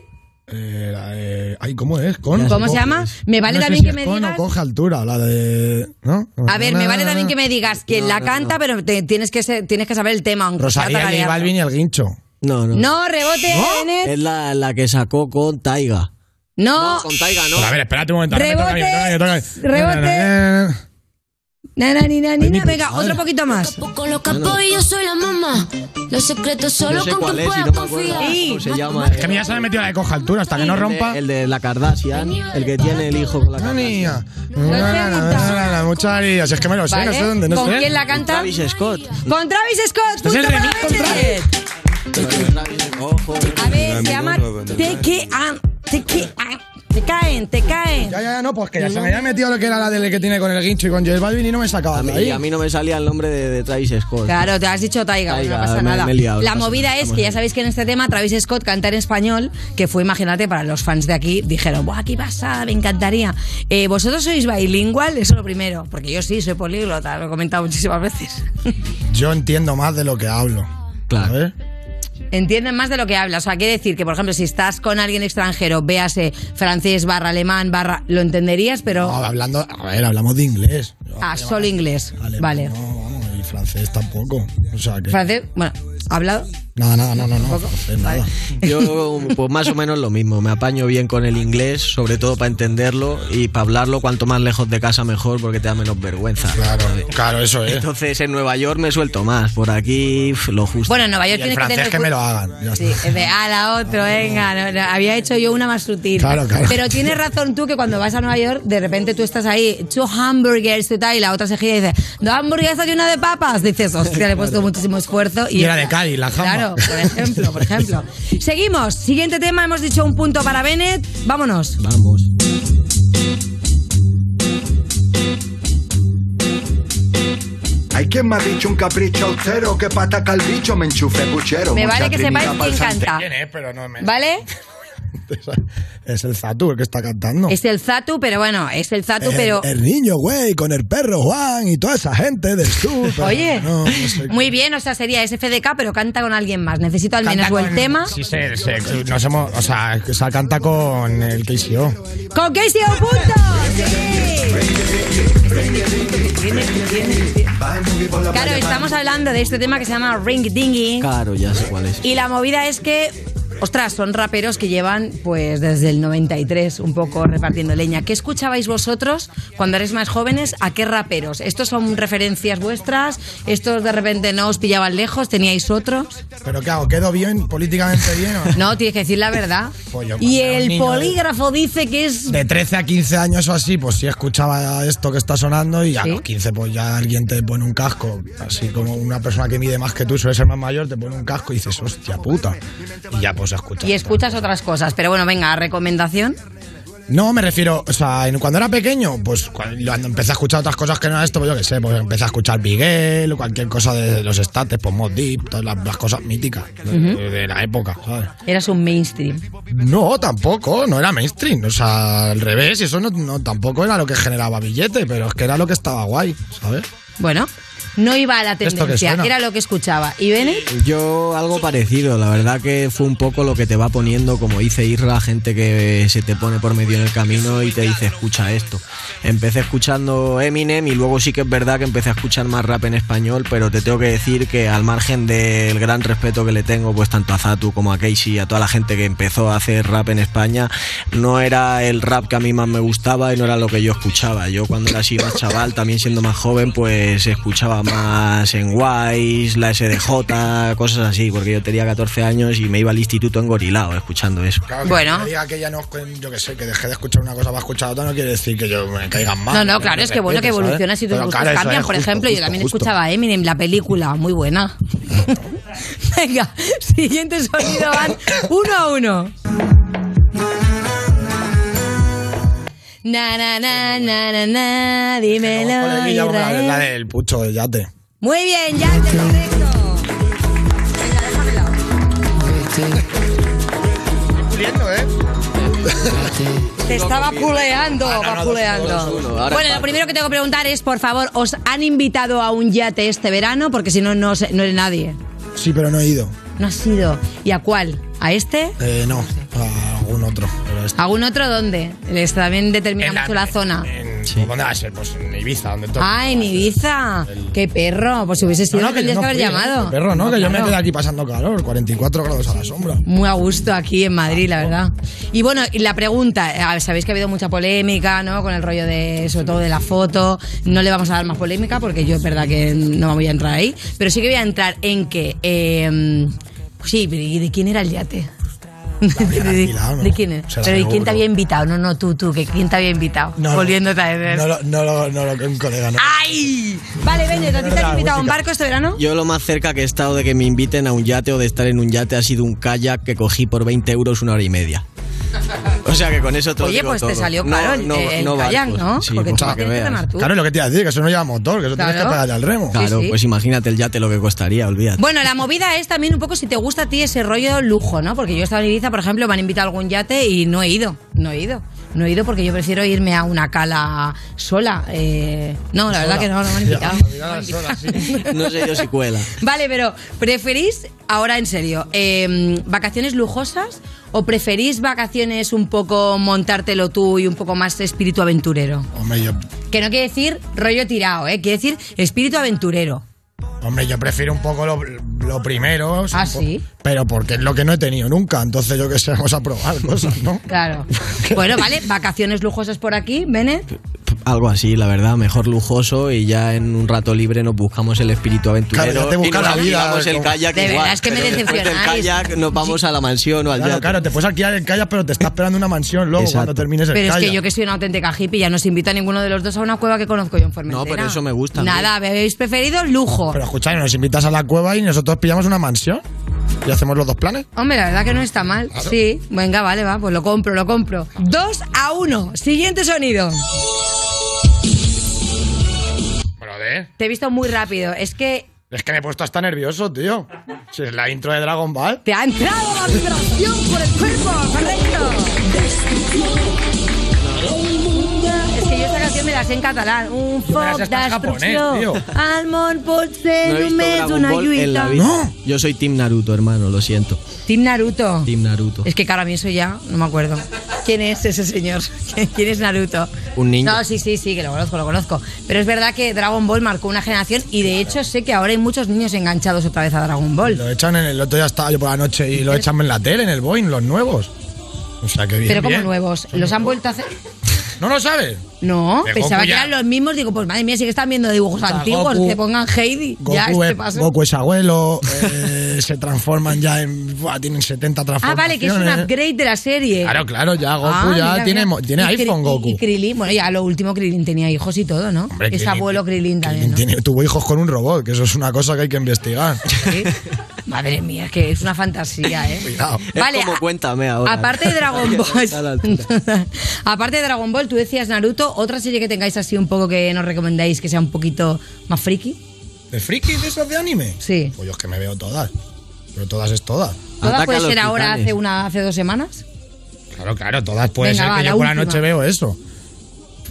Speaker 13: Eh, la de- ay, ¿cómo es? Con-
Speaker 4: ¿Cómo se llama? Me vale
Speaker 13: No sé
Speaker 4: también
Speaker 13: si
Speaker 4: que
Speaker 13: es
Speaker 4: me
Speaker 13: con
Speaker 4: digas-
Speaker 13: o coge altura, la Ah, de. ¿No?
Speaker 4: a ver, me vale también que me digas quién
Speaker 13: No,
Speaker 4: la
Speaker 13: no,
Speaker 4: canta, pero te- tienes, que ser- tienes que saber el tema. aunque sea
Speaker 13: Rosalía, J
Speaker 4: tagareando.
Speaker 13: Balvin y el guincho.
Speaker 6: No, no.
Speaker 4: No, rebote, Enet.
Speaker 6: Es la, la que sacó con Taiga.
Speaker 4: No.
Speaker 6: Con Taiga, ¿no?
Speaker 13: Pero a ver, espérate un momento. ahora me toca a mí, me toca a mí, me toca a mí.
Speaker 4: Rebote. Na, na, ni, na, ni,
Speaker 13: Ay, mi
Speaker 4: na. Venga,
Speaker 13: madre.
Speaker 4: otro poquito más.
Speaker 14: Con los capos y yo soy la mamá. Los secretos solo
Speaker 6: No sé
Speaker 14: con
Speaker 6: cuál
Speaker 14: quien
Speaker 6: es y
Speaker 14: pueda
Speaker 6: no me acuerdo
Speaker 14: confiar.
Speaker 6: cómo se llama. eh,
Speaker 13: Es que a mí ya se me ha metido la de coja altura hasta que no
Speaker 6: El de-
Speaker 13: rompa.
Speaker 6: El de la Kardashian, el que tiene el hijo con la Kardashian.
Speaker 13: Muchas gracias. Es que me lo sé, no
Speaker 4: Vale.
Speaker 13: sé dónde, no
Speaker 4: ¿Con
Speaker 13: sé.
Speaker 4: quién la canta?
Speaker 6: Travis Scott.
Speaker 4: Con Travis Scott.
Speaker 13: Este es el
Speaker 4: punto para
Speaker 13: remix con
Speaker 4: Benet.
Speaker 6: Ojo.
Speaker 4: A ver, se llama Te que an- Te que an- Te caen, te caen.
Speaker 13: Ya, ya, ya, no, pues que ya se me había metido lo que era la del que tiene con el guincho y con J Balvin y no me sacaba
Speaker 6: A
Speaker 13: de
Speaker 6: mí,
Speaker 13: ahí.
Speaker 6: a mí no me salía el nombre de, de Travis Scott.
Speaker 4: Claro, te has dicho Taiga,
Speaker 6: Taiga,
Speaker 4: no pasa
Speaker 6: me-
Speaker 4: nada.
Speaker 6: me he liado, no
Speaker 4: la
Speaker 6: pasa
Speaker 4: movida
Speaker 6: nada,
Speaker 4: es
Speaker 6: estamos
Speaker 4: que ya
Speaker 6: bien.
Speaker 4: sabéis que en este tema Travis Scott canta en español, que fue, imagínate, para los fans de aquí, dijeron, ¡buah, qué pasada! Me encantaría. Eh, ¿Vosotros sois bilingüal? Eso es lo primero, porque yo sí, soy políglota, lo he comentado muchísimas veces.
Speaker 13: Yo entiendo más de lo que hablo. Claro.
Speaker 4: Entienden más de lo que hablas. O sea, quiere decir que, por ejemplo, si estás con alguien extranjero, véase francés barra alemán barra, lo entenderías, pero
Speaker 13: ah, hablando, a ver, hablamos de inglés.
Speaker 4: a solo inglés. vale.
Speaker 13: No, vamos, y francés tampoco. O sea que.
Speaker 4: Francés, bueno, hablado.
Speaker 13: Nada, nada, no, no, no. francés, Pues nada.
Speaker 6: Yo, pues más o menos lo mismo. Me apaño bien con el inglés, sobre todo para entenderlo y para hablarlo. Cuanto más lejos de casa, mejor, porque te da menos vergüenza.
Speaker 13: Claro, claro, eso es.
Speaker 6: Entonces en Nueva York me suelto más. Por aquí, pf, lo justo.
Speaker 4: Bueno, en Nueva York
Speaker 13: Y el
Speaker 4: tienes que tener.
Speaker 13: francés que me lo hagan. ya
Speaker 4: Sí,
Speaker 13: está.
Speaker 4: es de, ah, la otra, venga. no, no, había hecho yo una más sutil.
Speaker 13: Claro, claro.
Speaker 4: Pero tienes razón tú que cuando vas a Nueva York, de repente tú estás ahí, two hamburgers y tal, y la otra se gira y dice, dos hamburguesas y una de papas. Dices, hostia, le he puesto muchísimo esfuerzo. Y,
Speaker 13: Y era de Cádiz, la jamba.
Speaker 4: Claro, por ejemplo, por ejemplo. Seguimos. Siguiente tema, hemos dicho un punto para Bennett. Vámonos.
Speaker 6: Vamos.
Speaker 15: Hay quien me ha dicho un capricho austero que pata atacar al bicho me enchufe puchero.
Speaker 4: Me vale
Speaker 15: Mucha
Speaker 4: que
Speaker 15: trinidad
Speaker 4: sepáis
Speaker 15: pa'l
Speaker 4: quién
Speaker 15: sante.
Speaker 4: canta.
Speaker 13: eh,
Speaker 4: ¿Vale?
Speaker 13: Es el Zatu el que está cantando.
Speaker 4: Es el Zatu, pero bueno, es el Zatu,
Speaker 13: El-
Speaker 4: pero.
Speaker 13: El niño, güey, con el perro Juan y toda esa gente del sur. pero
Speaker 4: Oye,
Speaker 13: no, no sé.
Speaker 4: muy bien, o sea, sería SFDK, pero canta con alguien más. Necesito al menos o el tema.
Speaker 13: Sí, sí, sí, nos hemos, o sea, que se canta con el KCO.
Speaker 4: ¡Con Casey a un punto! Claro, estamos hablando de este tema que se llama Ring Dingy.
Speaker 6: Claro, ya sé cuál es.
Speaker 4: Y la movida es que Ostras, son raperos que llevan pues desde el 93 un poco repartiendo leña. ¿Qué escuchabais vosotros cuando erais más jóvenes? ¿A qué raperos? ¿Estos son referencias vuestras? ¿Estos de repente no os pillaban lejos? ¿Teníais otros?
Speaker 13: Pero ¿qué hago? ¿Quedo bien, políticamente bien? o-
Speaker 4: No, tienes que decir la verdad.
Speaker 13: Pues yo
Speaker 4: Y
Speaker 13: cuando era un
Speaker 4: el
Speaker 13: niño de-
Speaker 4: polígrafo dice que es...
Speaker 13: De 13 a 15 años o así, pues sí escuchaba esto que está sonando y a los 15 pues ya alguien te pone un casco. Así como una persona que mide más que tú, suele ser más mayor, te pone un casco y dices, hostia puta. Y ya pues escuchas.
Speaker 4: Y escuchas otras cosas. Pero bueno, venga, recomendación.
Speaker 13: No, me refiero, o sea, en- cuando era pequeño, pues cuando empecé a escuchar otras cosas que no era esto, pues yo qué sé, pues empecé a escuchar Miguel o cualquier cosa de los estates, pues Mod Deep, todas las, las cosas míticas de,
Speaker 4: Ujú.
Speaker 13: de la época, ¿sabes?
Speaker 4: Eras un mainstream.
Speaker 13: No, tampoco, no era mainstream, o sea, al revés, y eso no, no- tampoco era lo que generaba billete, pero es que era lo que estaba guay, ¿sabes?
Speaker 4: Bueno, no iba a la
Speaker 13: que
Speaker 4: tendencia,
Speaker 13: suena.
Speaker 4: era lo que escuchaba. ¿Y Bene?
Speaker 6: Yo algo parecido, la verdad que fue un poco lo que te va poniendo, como dice Irra, gente que se te pone por medio en el camino y te dice escucha esto. Empecé escuchando Eminem y luego sí que es verdad que empecé a escuchar más rap en español, pero te tengo que decir que al margen del gran respeto que le tengo pues tanto a Zatu como a Casey, a toda la gente que empezó a hacer rap en España, no era el rap que a mí más me gustaba y no era lo que yo escuchaba. Yo cuando era así más chaval, también siendo más joven, pues escuchaba más en Wise, la SDJ, cosas así, porque yo tenía 14 años y me iba al instituto engorilado escuchando eso.
Speaker 13: Claro, que que diga que ya no, yo qué sé, que dejé de escuchar una cosa para escuchar otra, no quiere decir que yo me caigan mal.
Speaker 4: No, no, claro, es que bueno que evolucionas y tus gustos cambian. Por ejemplo, yo también escuchaba Eminem, la película, muy buena. Venga, siguiente sonido van uno a uno. Na, na, na, na, na, na, dímelo.
Speaker 13: la,
Speaker 4: Israel.
Speaker 13: la del pucho del yate.
Speaker 4: Muy bien, ya, ya, correcto.
Speaker 13: ¿eh?
Speaker 4: Te estaba puleando, vapuleando.
Speaker 6: ahora
Speaker 4: Bueno, lo primero que tengo que preguntar es, por favor, ¿os han invitado a un yate este verano? Porque si no, no, sé- no eres nadie.
Speaker 13: Sí, pero no he ido.
Speaker 4: No has ido. ¿Y a cuál? ¿A este?
Speaker 13: Eh, no, a algún otro. Pero este-
Speaker 4: ¿Algún otro dónde? Les también determina
Speaker 13: En la-
Speaker 4: mucho la zona.
Speaker 13: en- ¿Dónde va a ser? Pues en Ibiza, donde todo.
Speaker 4: Ah, en Ibiza. Qué perro. Pues si hubiese sido,
Speaker 13: No, no,
Speaker 4: no, tendrías
Speaker 13: yo
Speaker 4: que haber
Speaker 13: fui,
Speaker 4: llamado.
Speaker 13: eh, Perro, no, que yo me
Speaker 4: claro.
Speaker 13: quedé aquí pasando calor, 44 grados a la sombra.
Speaker 4: Muy a gusto aquí en Madrid, la verdad. Y bueno, y la pregunta, eh, sabéis que ha habido mucha polémica, ¿no? Con el rollo de, sobre todo de la foto. No le vamos a dar más polémica porque yo es verdad que no voy a entrar ahí. Pero sí que voy a entrar en que... eh, sí, pero ¿y de quién era el yate? ¿De,
Speaker 13: ¿no?
Speaker 4: de quién era?
Speaker 13: Se la
Speaker 4: pero ¿y quién
Speaker 13: seguro.
Speaker 4: te había invitado? No, no, tú, tú, que quién te había invitado.
Speaker 13: No, no.
Speaker 4: Volviéndote a ver.
Speaker 13: No, lo- no, lo- no, lo que un colega, no.
Speaker 4: ¡Ay! Vale, ven, ¿a ti te han invitado a un barco este verano?
Speaker 6: Yo lo más cerca que he estado de que me inviten a un yate o de estar en un yate ha sido un kayak que cogí por 20 euros una hora y media. O sea que con eso te lo
Speaker 4: Oye,
Speaker 6: digo
Speaker 4: pues te
Speaker 6: todo.
Speaker 4: salió caro el- el kayak,
Speaker 6: barcos.
Speaker 4: ¿no?
Speaker 6: Sí,
Speaker 4: Porque
Speaker 6: pues
Speaker 4: tú
Speaker 6: para
Speaker 4: lo tienes que remar tú.
Speaker 13: Claro, lo que te iba a decir, que eso no lleva motor, que eso tienes
Speaker 4: Claro.
Speaker 13: que pagarle al remo.
Speaker 6: Claro,
Speaker 4: sí.
Speaker 6: pues imagínate el yate lo que costaría, olvídate.
Speaker 4: Bueno, la movida es también un poco si te gusta a ti ese rollo lujo, ¿no? Porque yo he estado en Ibiza, por ejemplo, me han invitado a algún yate y no he ido, no he ido. No he ido porque yo prefiero irme a una cala sola. eh, no, la verdad que no, no me han invitado.
Speaker 6: No sé yo si cuela.
Speaker 4: Vale, pero ¿preferís, ahora en serio, eh, vacaciones lujosas o preferís vacaciones un poco montártelo tú y un poco más espíritu aventurero?
Speaker 13: Hombre, yo,
Speaker 4: Que no quiere decir rollo tirado, ¿eh? Quiere decir espíritu aventurero.
Speaker 13: hombre, yo prefiero un poco lo, lo primero. o sea,
Speaker 4: ¿Ah,
Speaker 13: un po-
Speaker 4: sí?
Speaker 13: Pero porque es lo que no he tenido nunca, entonces yo que sé, vamos a probar cosas, ¿no?
Speaker 4: Claro. Bueno, vale, vacaciones lujosas por aquí, Bene.
Speaker 6: Algo así, la verdad, mejor lujoso y ya en un rato libre nos buscamos el espíritu aventurero.
Speaker 13: Claro, ya te
Speaker 6: y
Speaker 13: buscas
Speaker 6: nos
Speaker 13: la vida,
Speaker 6: alquilamos el
Speaker 13: como-
Speaker 6: kayak
Speaker 4: De
Speaker 6: igual,
Speaker 4: verdad, es que me
Speaker 6: pero después del
Speaker 4: decepcionáis.
Speaker 6: kayak nos vamos a la mansión o al
Speaker 13: Claro,
Speaker 6: yate.
Speaker 13: claro, te puedes alquilar el kayak, pero te está esperando una mansión luego
Speaker 6: Exacto.
Speaker 13: cuando termines el
Speaker 4: Pero es
Speaker 13: kayak.
Speaker 4: que yo que soy una auténtica hippie ya no os invito a ninguno de los dos a una cueva que conozco yo en Formentera.
Speaker 13: pero eso me gusta a mí.
Speaker 4: Nada, habéis preferido lujo.
Speaker 13: Pero escucha, nos invitas a la cueva y nosotros pillamos una mansión y hacemos los dos planes.
Speaker 4: Hombre, la verdad que no está mal. Sí, venga, vale, va, pues lo compro, lo compro. 2 a 1. Siguiente sonido. Te he visto muy rápido. Es que
Speaker 13: Es que me he puesto hasta nervioso, tío. Si es la intro de Dragon Ball.
Speaker 4: te ha entrado la vibración por el cuerpo, correcto. Es que yo esta canción me das en catalán. Un
Speaker 16: me las
Speaker 4: foc
Speaker 16: sé hasta en japonés,
Speaker 4: destrucció.
Speaker 16: tío.
Speaker 4: Almon pot ser
Speaker 6: No he visto
Speaker 4: només
Speaker 6: Dragon
Speaker 4: una
Speaker 6: Ball en la
Speaker 4: lluita.
Speaker 6: vida. Yo soy Team Naruto, hermano, lo siento.
Speaker 4: Team Naruto.
Speaker 6: Team Naruto.
Speaker 4: Es que claro, a mí eso ya no me acuerdo. ¿Quién es ese señor? ¿Quién es Naruto?
Speaker 6: Un niño.
Speaker 4: No, sí, sí, sí, que lo conozco, lo conozco. Pero es verdad que Dragon Ball marcó una generación y de hecho sé que ahora hay muchos niños enganchados otra vez a Dragon Ball.
Speaker 16: Lo echan en el otro día estaba yo por la noche y lo echan en la tele, en el Boeing, los nuevos. O sea, que bien.
Speaker 4: Pero como
Speaker 16: bien.
Speaker 4: nuevos, los han vuelto a hacer.
Speaker 16: ¿No lo sabes?
Speaker 4: No,
Speaker 16: De
Speaker 4: pensaba
Speaker 16: Goku
Speaker 4: que
Speaker 16: ya.
Speaker 4: eran los mismos. Digo, pues madre mía, sí que están viendo dibujos
Speaker 16: Está
Speaker 4: antiguos.
Speaker 16: Goku.
Speaker 4: que pongan Heidi. ya,
Speaker 16: Goku,
Speaker 4: este
Speaker 16: es,
Speaker 4: paso.
Speaker 16: Goku es abuelo, eh, se transforman ya en. buah, tienen 70
Speaker 4: Ah,
Speaker 16: transformaciones.
Speaker 4: vale, que es un upgrade de la serie.
Speaker 16: Claro, claro, ya Goku
Speaker 4: Ah,
Speaker 16: ya
Speaker 4: mira,
Speaker 16: tiene,
Speaker 4: mira.
Speaker 16: mo- tiene
Speaker 4: Y Kri-
Speaker 16: iPhone,
Speaker 4: y-
Speaker 16: Goku.
Speaker 4: Y Krilin, bueno, ya lo último Krilin tenía hijos y todo, ¿no?
Speaker 16: Hombre,
Speaker 4: es
Speaker 16: Krilin-
Speaker 4: abuelo Krilin también, ¿no?
Speaker 16: Tiene- tuvo hijos con un robot, que eso es una cosa que hay que investigar.
Speaker 4: Madre mía, es que es una fantasía, ¿eh?
Speaker 16: Cuidado.
Speaker 4: Vale,
Speaker 6: es como
Speaker 4: a-
Speaker 6: cuéntame ahora.
Speaker 4: aparte de Dragon
Speaker 6: Está a la altura.
Speaker 4: Aparte de Dragon Ball, tú decías Naruto, otra serie que tengáis así un poco que nos recomendáis que sea un poquito más friki.
Speaker 16: ¿De frikis de esos de anime?
Speaker 4: Sí.
Speaker 16: Pues yo es que me veo todas. Pero todas es todas.
Speaker 4: ¿Toda puede ser ahora hace una hace dos semanas?
Speaker 16: Claro, claro, todas puede
Speaker 4: Venga,
Speaker 16: ser
Speaker 4: va,
Speaker 16: que
Speaker 4: la
Speaker 16: yo por la
Speaker 4: última.
Speaker 16: noche veo eso.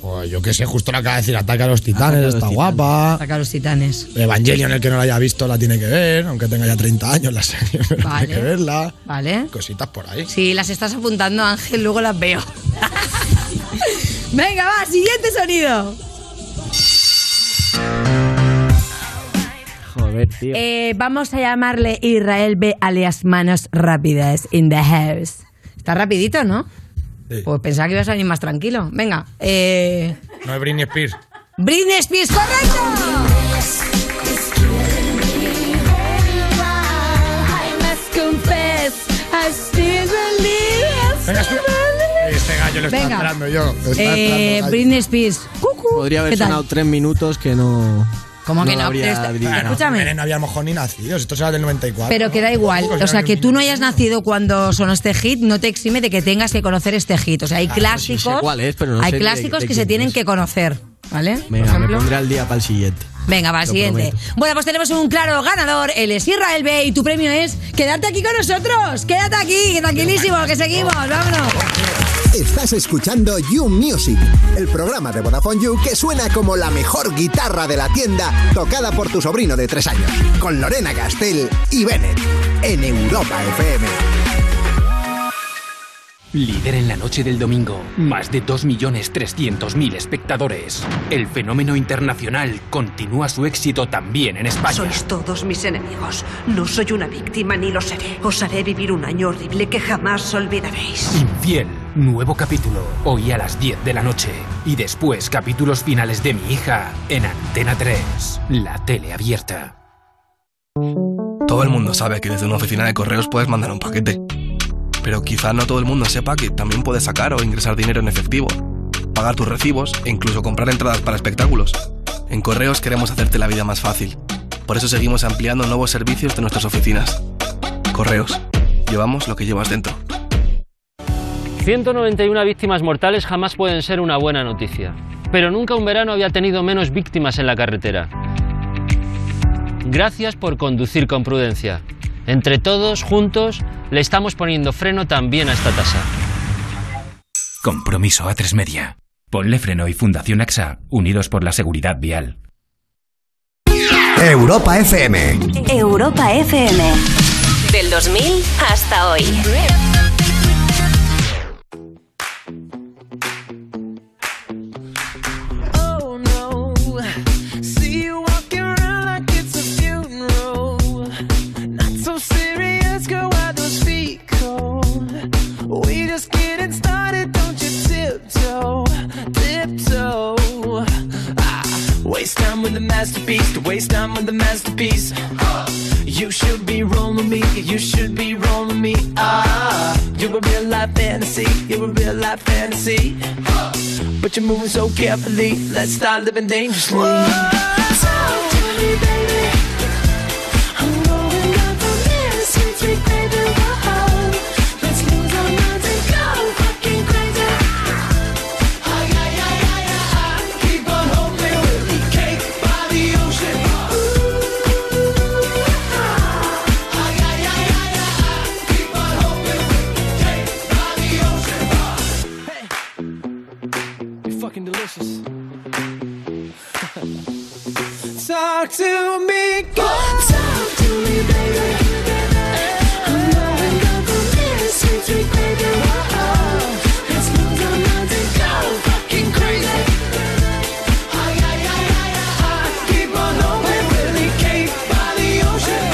Speaker 16: Pues yo qué sé, justo la acaba de decir Ataca a los Titanes,
Speaker 4: Ataque a los
Speaker 16: está
Speaker 4: Titanes.
Speaker 16: guapa.
Speaker 4: Ataca a los Titanes.
Speaker 16: Evangelion, el que no la haya visto, la tiene que ver, aunque tenga ya 30 años la serie, pero
Speaker 4: Vale.
Speaker 16: tiene que verla.
Speaker 4: ¿Vale?
Speaker 16: Cositas por ahí.
Speaker 4: Si las estás apuntando, Ángel, luego las veo. Venga, va, siguiente sonido.
Speaker 6: Joder, tío.
Speaker 4: Eh, vamos a llamarle Israel B alias Manos Rápidas in the house. Está rapidito, ¿no? Pues pensaba que ibas a venir más tranquilo. Venga, eh,
Speaker 16: No es Britney Spears.
Speaker 4: Britney Spears, correcto.
Speaker 16: Venga, Este gallo le está
Speaker 4: Venga.
Speaker 16: entrando yo. le está
Speaker 4: Eh,
Speaker 16: entrando.
Speaker 4: Britney Spears. Cucu.
Speaker 6: Podría haber
Speaker 4: ¿Qué tal?
Speaker 6: sonado tres minutos que no.
Speaker 4: ¿Cómo que no? Este,
Speaker 6: habría
Speaker 4: Pero está-
Speaker 6: brillado.
Speaker 16: No había a lo mejor ni nacidos, esto será del 94.
Speaker 4: Pero que da igual. O sea, que tú no hayas nacido cuando sonó este hit no te exime de que tengas que conocer este hit. O sea, hay
Speaker 6: Claro, sí
Speaker 4: clásicos.
Speaker 6: sé cuál es, pero no
Speaker 4: hay
Speaker 6: sé de-
Speaker 4: clásicos
Speaker 6: de
Speaker 4: que
Speaker 6: quién
Speaker 4: se tienen
Speaker 6: es.
Speaker 4: que conocer. ¿Vale? Por
Speaker 6: Venga, me
Speaker 4: ejemplo.
Speaker 6: pondré al día para el siguiente.
Speaker 4: Venga, va,
Speaker 6: Lo
Speaker 4: siguiente.
Speaker 6: prometo.
Speaker 4: Bueno, pues tenemos un claro ganador, él es Israel B. Y tu premio es quedarte aquí con nosotros. Quédate aquí, tranquilísimo, que seguimos. Vámonos.
Speaker 7: Estás escuchando You Music, el programa de Vodafone You que suena como la mejor guitarra de la tienda tocada por tu sobrino de 3 años, con Lorena Castell y Bennett, en Europa FM.
Speaker 17: Líder en la noche del domingo, más de 2.300.000 espectadores. El fenómeno internacional continúa su éxito también en España.
Speaker 18: Sois todos mis enemigos. No soy una víctima ni lo seré. Os haré vivir un año horrible que jamás olvidaréis.
Speaker 17: Infiel, nuevo capítulo, hoy a las 10 de la noche. Y después capítulos finales de mi hija en Antena 3, la tele abierta.
Speaker 8: Todo el mundo sabe que desde una oficina de correos puedes mandar un paquete. Pero quizá no todo el mundo sepa que también puedes sacar o ingresar dinero en efectivo, pagar tus recibos e incluso comprar entradas para espectáculos. En Correos queremos hacerte la vida más fácil. Por eso seguimos ampliando nuevos servicios de nuestras oficinas. Correos. Llevamos lo que llevas dentro.
Speaker 13: 191 víctimas mortales jamás pueden ser una buena noticia, pero nunca un verano había tenido menos víctimas en la carretera. Gracias por conducir con prudencia. Entre todos, juntos, le estamos poniendo freno también a esta tasa.
Speaker 17: Compromiso a tres media. Ponle freno y Fundación AXA, unidos por la seguridad vial.
Speaker 7: Europa FM.
Speaker 19: Europa FM. Del 2000 hasta hoy.
Speaker 11: Oh no, see you walking around like it's a funeral. Not so serious, girl, why those feet cold? We just getting started, don't you tiptoe, tiptoe. Ah, waste time with the masterpiece, to waste time with the masterpiece. You should be rolling me, you should be rolling me. Ah, you're a real life fantasy, you're a real life fantasy. But you're moving so carefully. Let's start living dangerously.
Speaker 20: Talk to me, baby. I'm going up from here, sweet, sweet baby. Whoa. Let's lose our minds and go fucking crazy. Ay, ay, ay, ay, ay, ay. Keep on hoping we'll be cake by the ocean. Ooh, ah. Ay, ay, ay, ay, ay, ay. Keep on hoping we'll be cake by the ocean.
Speaker 17: You're fucking delicious.
Speaker 20: Talk to me, girl. Talk to me, baby. I'm going up on this sweet, sweet baby. Whoa. Let's lose our minds and go fucking crazy. Ay, ay, ay, ay, ay. Keep on open, really cave by the ocean.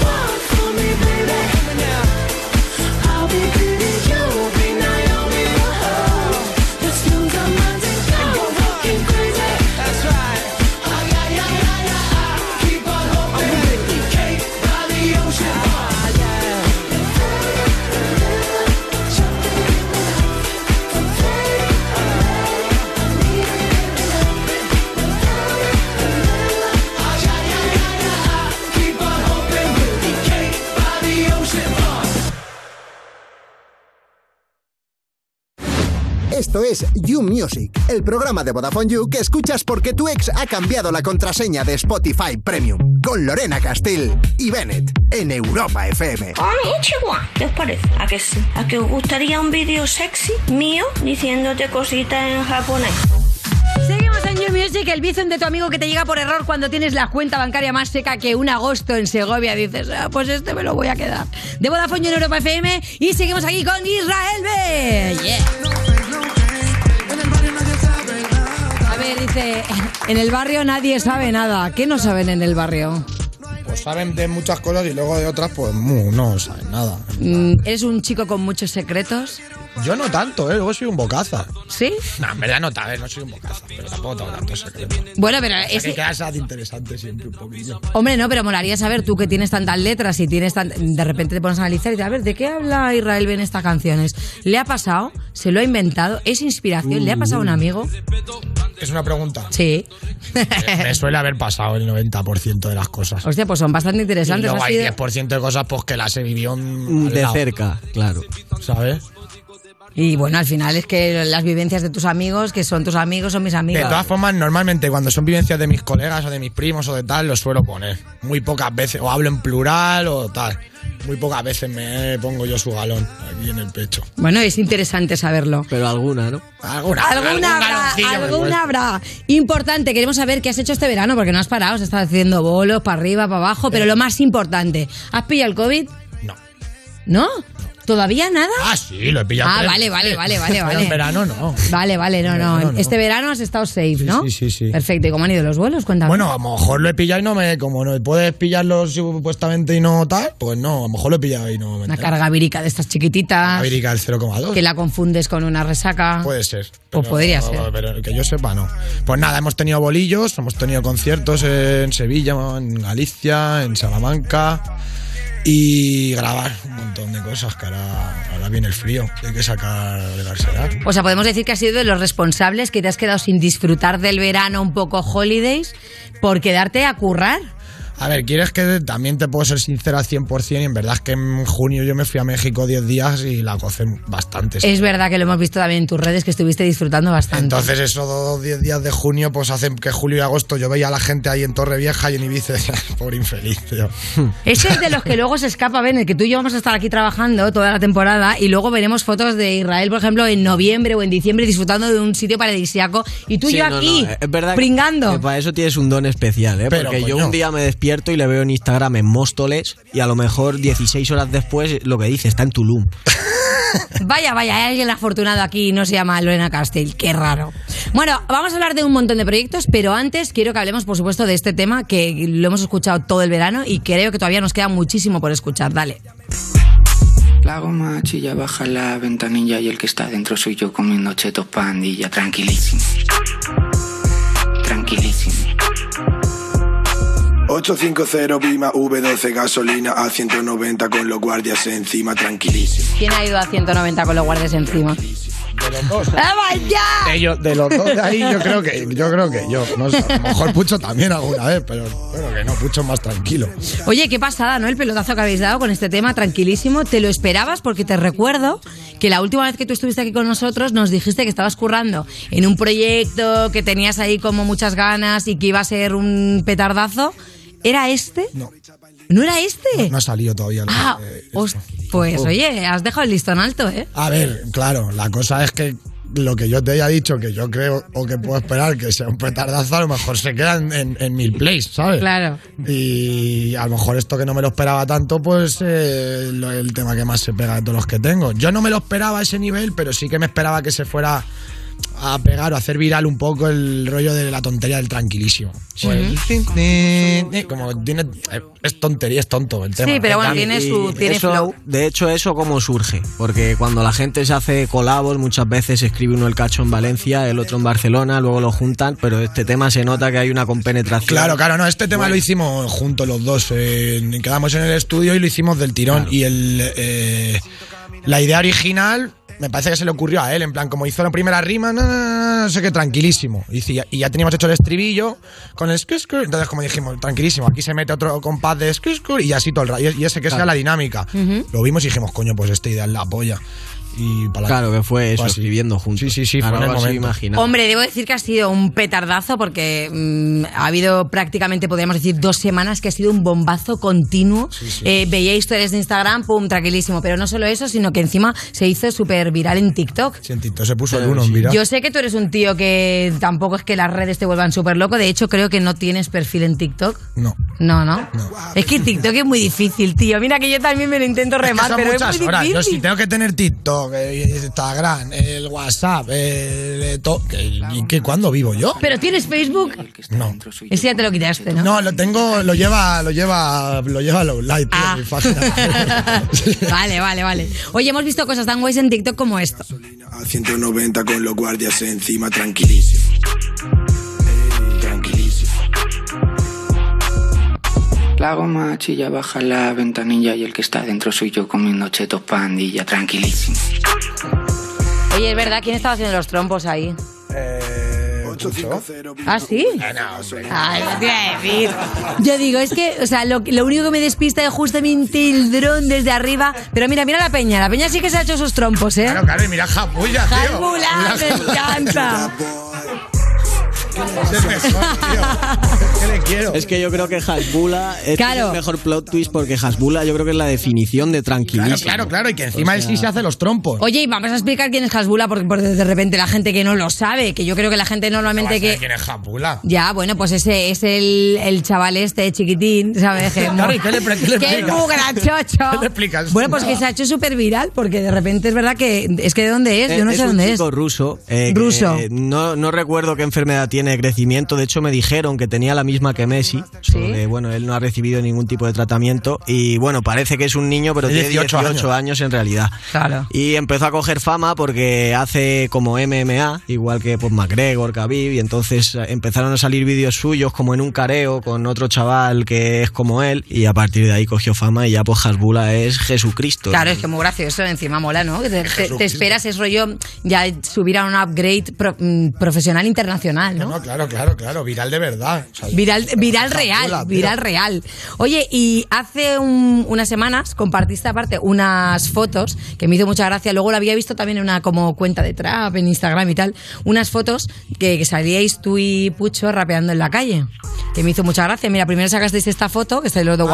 Speaker 20: Walk for me, baby. I'll be pretty, you'll be Naomi. Whoa. Let's lose our minds and go fucking crazy. That's right. Ay, ay, ay, ay, ay, ay. Keep on hoping. Really cake by the ocean. Ay, ay, ay. Keep on hoping. Really cake by the ocean.
Speaker 7: Esto es You Music, el programa de Vodafone You que escuchas porque tu ex ha cambiado la contraseña de Spotify Premium con Lorena Castil y Bennett en Europa FM.
Speaker 1: Hola, chihuahua. ¿Qué os parece? ¿A que sí? ¿A que os gustaría un vídeo sexy mío diciéndote cositas en japonés?
Speaker 4: Seguimos en You Music, el bizum de tu amigo que te llega por error cuando tienes la cuenta bancaria más seca que un agosto en Segovia. Dices, "Ah, pues este me lo voy a quedar. De Vodafone You en Europa FM y seguimos aquí con Israel B. Yeah. A ver, dice, en el barrio nadie sabe nada. ¿Qué no saben en el barrio?
Speaker 13: Pues saben de muchas cosas y luego de otras, pues mu, no saben nada.
Speaker 4: Mm, ¿Eres un chico con muchos secretos?
Speaker 13: Yo no tanto, ¿eh? Luego soy un bocaza.
Speaker 4: ¿Sí?
Speaker 13: No, en verdad no, a ver, no soy un bocaza, pero tampoco tengo tanto secreto.
Speaker 4: Bueno, pero
Speaker 13: O sea,
Speaker 4: ese-
Speaker 13: Que quedas ad interesante siempre un poquillo.
Speaker 4: Hombre, no, pero molaría saber tú que tienes tantas letras y tienes tan... De repente te pones a analizar y dices, a ver, ¿de qué habla Israel en estas canciones? ¿Le ha pasado? ¿Se lo ha inventado? ¿Es inspiración? ¿Le ha pasado a un
Speaker 13: Uh.
Speaker 4: amigo?
Speaker 13: Es una pregunta.
Speaker 4: Sí.
Speaker 13: Me suele haber pasado el 90% de las cosas.
Speaker 4: Hostia, pues son bastante
Speaker 13: Y
Speaker 4: interesantes.
Speaker 13: luego
Speaker 4: ha
Speaker 13: hay
Speaker 4: sido-
Speaker 13: 10% de cosas pues, que las he vivido mm, al
Speaker 6: De
Speaker 13: lado,
Speaker 6: cerca, claro.
Speaker 13: ¿Sabes?
Speaker 4: Y bueno, al final es que las vivencias de tus amigos, que son tus amigos, son mis amigos.
Speaker 13: De todas formas, normalmente cuando son vivencias de mis colegas o de mis primos o de tal, los suelo poner. Muy pocas veces, o hablo en plural o tal. Muy pocas veces me pongo yo su galón aquí en el pecho.
Speaker 4: Bueno, es interesante saberlo.
Speaker 6: Pero alguna, ¿no?
Speaker 13: Alguna. algún
Speaker 4: Alguna
Speaker 13: galoncillo
Speaker 4: habrá,
Speaker 13: me
Speaker 4: alguna
Speaker 13: cuesta.
Speaker 4: habrá. Importante, queremos saber qué has hecho este verano, porque no has parado, se está haciendo bolos para arriba, para abajo,
Speaker 13: Eh.
Speaker 4: pero lo más importante, ¿has pillado el COVID? No. ¿No? ¿Todavía nada?
Speaker 13: Ah, Sí, lo he pillado.
Speaker 4: Ah,
Speaker 13: pero-
Speaker 4: vale, vale, vale, vale,
Speaker 13: Pero
Speaker 4: vale.
Speaker 13: En verano no.
Speaker 4: Vale, vale, no, no.
Speaker 13: verano no.
Speaker 4: Este verano has estado safe, ¿no?
Speaker 13: sí, sí, sí.
Speaker 4: Perfecto. ¿Y cómo han ido los vuelos? Cuéntame.
Speaker 13: Bueno, a lo mejor lo he pillado y no me. Como no puedes pillarlo supuestamente y no tal, pues no, a lo mejor lo he pillado y no me.
Speaker 4: Una carga vírica de estas chiquititas,
Speaker 13: América el 0,2.
Speaker 4: que la confundes con una resaca.
Speaker 13: Puede ser.
Speaker 4: O Pues podría ser.
Speaker 13: Pero que yo sepa, no. Pues nada, hemos tenido bolillos, hemos tenido conciertos en Sevilla, en Galicia, en Salamanca. Y grabar un montón de cosas que ahora, ahora viene el frío. Hay que sacar el arsenal.
Speaker 4: O sea, podemos decir que has sido de los responsables que te has quedado sin disfrutar del verano un poco holidays por quedarte a currar.
Speaker 13: A ver, ¿quieres que también te puedo ser sincera al 100%? Y en verdad es que en junio yo me fui a México 10 días y la cocé bastante.
Speaker 4: Es verdad que lo hemos visto también en tus redes que estuviste disfrutando bastante.
Speaker 13: Entonces esos dos 10 días de junio pues hacen que julio y agosto yo veía a la gente ahí en Torrevieja y en Ibiza. y decía, Pobre infeliz, tío.
Speaker 4: Ese es de los que luego se escapa, ven, el que tú y yo vamos a estar aquí trabajando toda la temporada y luego veremos fotos de Israel, por ejemplo, en noviembre o en diciembre disfrutando de un sitio paradisiaco y tú y
Speaker 6: Sí,
Speaker 4: yo
Speaker 6: no,
Speaker 4: aquí,
Speaker 6: no, es verdad que-
Speaker 4: pringando.
Speaker 6: que para eso tienes un don especial, ¿eh?
Speaker 13: Pero,
Speaker 6: Porque yo
Speaker 13: coño.
Speaker 6: un día me despierto y le veo en Instagram en Móstoles y a lo mejor 16 horas después lo que dice está en Tulum.
Speaker 4: Vaya, vaya, hay alguien afortunado aquí y no se llama Lorena Castell, qué raro. Bueno, vamos a hablar de un montón de proyectos, pero antes quiero que hablemos, por supuesto, de este tema que lo hemos escuchado todo el verano y creo que todavía nos queda muchísimo por escuchar. Dale.
Speaker 10: La goma chilla baja la ventanilla y el que está dentro soy yo comiendo chetos pandilla, tranquilísimo. Tranquilísimo.
Speaker 15: 850 Bima V12 gasolina a 190 con los guardias encima, tranquilísimo.
Speaker 4: ¿Quién ha ido a 190 con los guardias encima? ¡Ah, vaya!
Speaker 13: De, yo- de los dos de ahí yo creo que yo creo que yo. No sé, a lo mejor Pucho también alguna vez, pero bueno que no, Pucho es más tranquilo.
Speaker 4: Oye, qué pasada, ¿no? El pelotazo que habéis dado con este tema, tranquilísimo. ¿Te lo esperabas? Porque te recuerdo que la última vez que tú estuviste aquí con nosotros nos dijiste que estabas currando en un proyecto, que tenías ahí como muchas ganas y que iba a ser un petardazo. ¿Era este? No. ¿No era este?
Speaker 13: No ha salido todavía. eh, lo
Speaker 4: Ah,
Speaker 13: que-
Speaker 4: host- pues
Speaker 13: Oh.
Speaker 4: oye, has dejado el listón alto, ¿eh?
Speaker 13: A ver, claro, la cosa es que lo que yo te haya dicho, que yo creo o que puedo esperar que sea un petardazo, a lo mejor se quedan en, en mil plays, ¿sabes?
Speaker 4: Claro.
Speaker 13: Y a lo mejor esto que no me lo esperaba tanto, pues eh, lo- el tema que más se pega de todos los que tengo. Yo no me lo esperaba a ese nivel, pero sí que me esperaba que se fuera a pegar o a hacer viral un poco el rollo de la tontería del tranquilísimo. Pues, tin, tin, tin, como tiene, es tontería, es tonto el tema.
Speaker 4: Sí, pero bueno, tiene su- tiene
Speaker 6: eso-
Speaker 4: flow.
Speaker 6: De hecho, eso cómo surge, porque cuando la gente se hace colabos, muchas veces escribe uno el cacho en Valencia, el otro en Barcelona, luego lo juntan, pero este tema se nota que hay una compenetración.
Speaker 13: Claro, claro, no, este tema lo hicimos juntos los dos. eh, quedamos en el estudio y lo hicimos del tirón. Y el, eh, la idea original me parece que se le ocurrió a él, en plan, como hizo la primera rima, no, no, no, no, no sé qué, tranquilísimo. Y, dice, y ya teníamos hecho el estribillo con el skur, skur. Entonces, como dijimos, tranquilísimo, aquí se mete otro compás de skur, skur, y así todo el rato. Y ese que sea
Speaker 6: Claro.
Speaker 13: la dinámica.
Speaker 6: Ujú.
Speaker 13: Lo vimos y dijimos, coño, pues esta idea es la polla. Y para
Speaker 6: Claro, que fue eso, escribiendo juntos.
Speaker 13: Pues Sí, sí, sí, fue
Speaker 6: Claro,
Speaker 13: en el
Speaker 6: algo así
Speaker 13: momento.
Speaker 6: imaginado.
Speaker 4: Hombre, debo decir que ha sido un petardazo porque mm, ha habido prácticamente, podríamos decir, dos semanas que ha sido un bombazo continuo.
Speaker 2: sí.
Speaker 4: Eh, veía historias de Instagram, pum, tranquilísimo. Pero no solo eso, sino que encima se hizo súper viral en TikTok.
Speaker 13: Sí, en TikTok se puso el uno, mira.
Speaker 4: Yo sé que tú eres un tío que tampoco es que las redes te vuelvan súper loco. De hecho, creo que no tienes perfil en TikTok.
Speaker 13: No.
Speaker 4: No, no. Es que TikTok es muy difícil, tío. Mira que yo también me lo intento
Speaker 13: Es que
Speaker 4: remar,
Speaker 13: son
Speaker 4: pero
Speaker 13: muchas
Speaker 4: es muy
Speaker 13: horas. Yo
Speaker 4: difícil.
Speaker 13: sí tengo que tener TikTok, eh, Instagram, el WhatsApp, el, eh, to- que- ¿Y qué, cuándo vivo yo?
Speaker 4: Pero tienes Facebook.
Speaker 13: No.
Speaker 4: Ese ya te lo quitaste, ¿no?
Speaker 13: No, lo tengo, lo lleva, lo lleva, lo lleva Lowlight, tío,
Speaker 4: Ah.
Speaker 13: mi página.
Speaker 4: vale, vale, vale. Oye, hemos visto cosas tan guays en TikTok como esto.
Speaker 3: A 190 con los guardias encima, tranquilísimo. Ey, Tranquilísimo.
Speaker 10: La goma chilla baja la ventanilla y el que está dentro soy yo comiendo chetos pandilla, tranquilísimo.
Speaker 4: Oye, es verdad, ¿quién estaba haciendo los trompos ahí? ¿Ah, sí? Ay, no te iba a decir. Yo digo, es que, o sea, lo, lo único que me despista es justamente el dron desde arriba. Pero mira, mira la peña. La peña sí que se ha hecho sus trompos, ¿eh?
Speaker 13: Claro, claro, y mira Japulla, tío.
Speaker 4: Jabula,
Speaker 13: Mira
Speaker 4: me
Speaker 13: Jabulla.
Speaker 4: encanta.
Speaker 13: Es el mejor, tío. ¿Qué le quiero?
Speaker 6: Es que yo creo que Hasbula este es
Speaker 13: Claro.
Speaker 6: el mejor plot twist porque Hasbula yo creo que es la definición de tranquilísimo.
Speaker 13: Claro, claro, claro, y que encima él sí se hace los trompos.
Speaker 4: Oye, y vamos a explicar quién es Hasbula, porque, porque de repente la gente que no lo sabe, que yo creo que la gente normalmente que...
Speaker 13: ¿Quién es Japula?
Speaker 4: Ya, bueno, pues ese es el, el chaval este chiquitín, ¿sabes? Que,
Speaker 13: Claro, ¿y qué le pre- qué le
Speaker 4: que es
Speaker 13: explicas?
Speaker 4: muy gracioso.
Speaker 13: ¿Qué le explicas?
Speaker 4: Bueno, pues que se ha hecho súper viral porque de repente es verdad que es que de dónde es, Pues yo no
Speaker 6: Eh,
Speaker 4: sé
Speaker 6: un
Speaker 4: dónde es.
Speaker 6: chico ruso. eh, que,
Speaker 4: Ruso.
Speaker 6: eh, no, no recuerdo qué enfermedad tiene de crecimiento. De hecho, me dijeron que tenía la misma que Messi. solo que, bueno, él no ha recibido ningún tipo de tratamiento. Y bueno, parece que es un niño, pero
Speaker 13: Tiene
Speaker 6: tiene 18,
Speaker 13: 18
Speaker 6: años. en realidad.
Speaker 4: Claro.
Speaker 6: Y empezó a coger fama porque hace como MMA, igual que pues, McGregor, Khabib. Y entonces eh, empezaron a salir vídeos suyos como en un careo con otro chaval que es como él. Y a partir de ahí cogió fama y ya pues Hasbula es Jesucristo.
Speaker 4: Claro, es que muy gracioso, encima mola, ¿no? Que Te, te- te esperas, es rollo ya subir a un upgrade pro- mm, profesional internacional, ¿no?
Speaker 13: No, claro, claro, claro, viral de verdad. O sea,
Speaker 4: Viral, viral
Speaker 13: Japula,
Speaker 4: real,
Speaker 13: tío.
Speaker 4: viral real. Oye, y hace un- unas semanas compartiste aparte unas fotos que me hizo mucha gracia. Luego lo había visto también en una como cuenta de trap en Instagram y tal. Unas fotos que, que salíais tú y Pucho rapeando en la calle. Que me hizo mucha gracia. Mira, primero sacasteis esta foto, que estáis los dos
Speaker 13: Ah,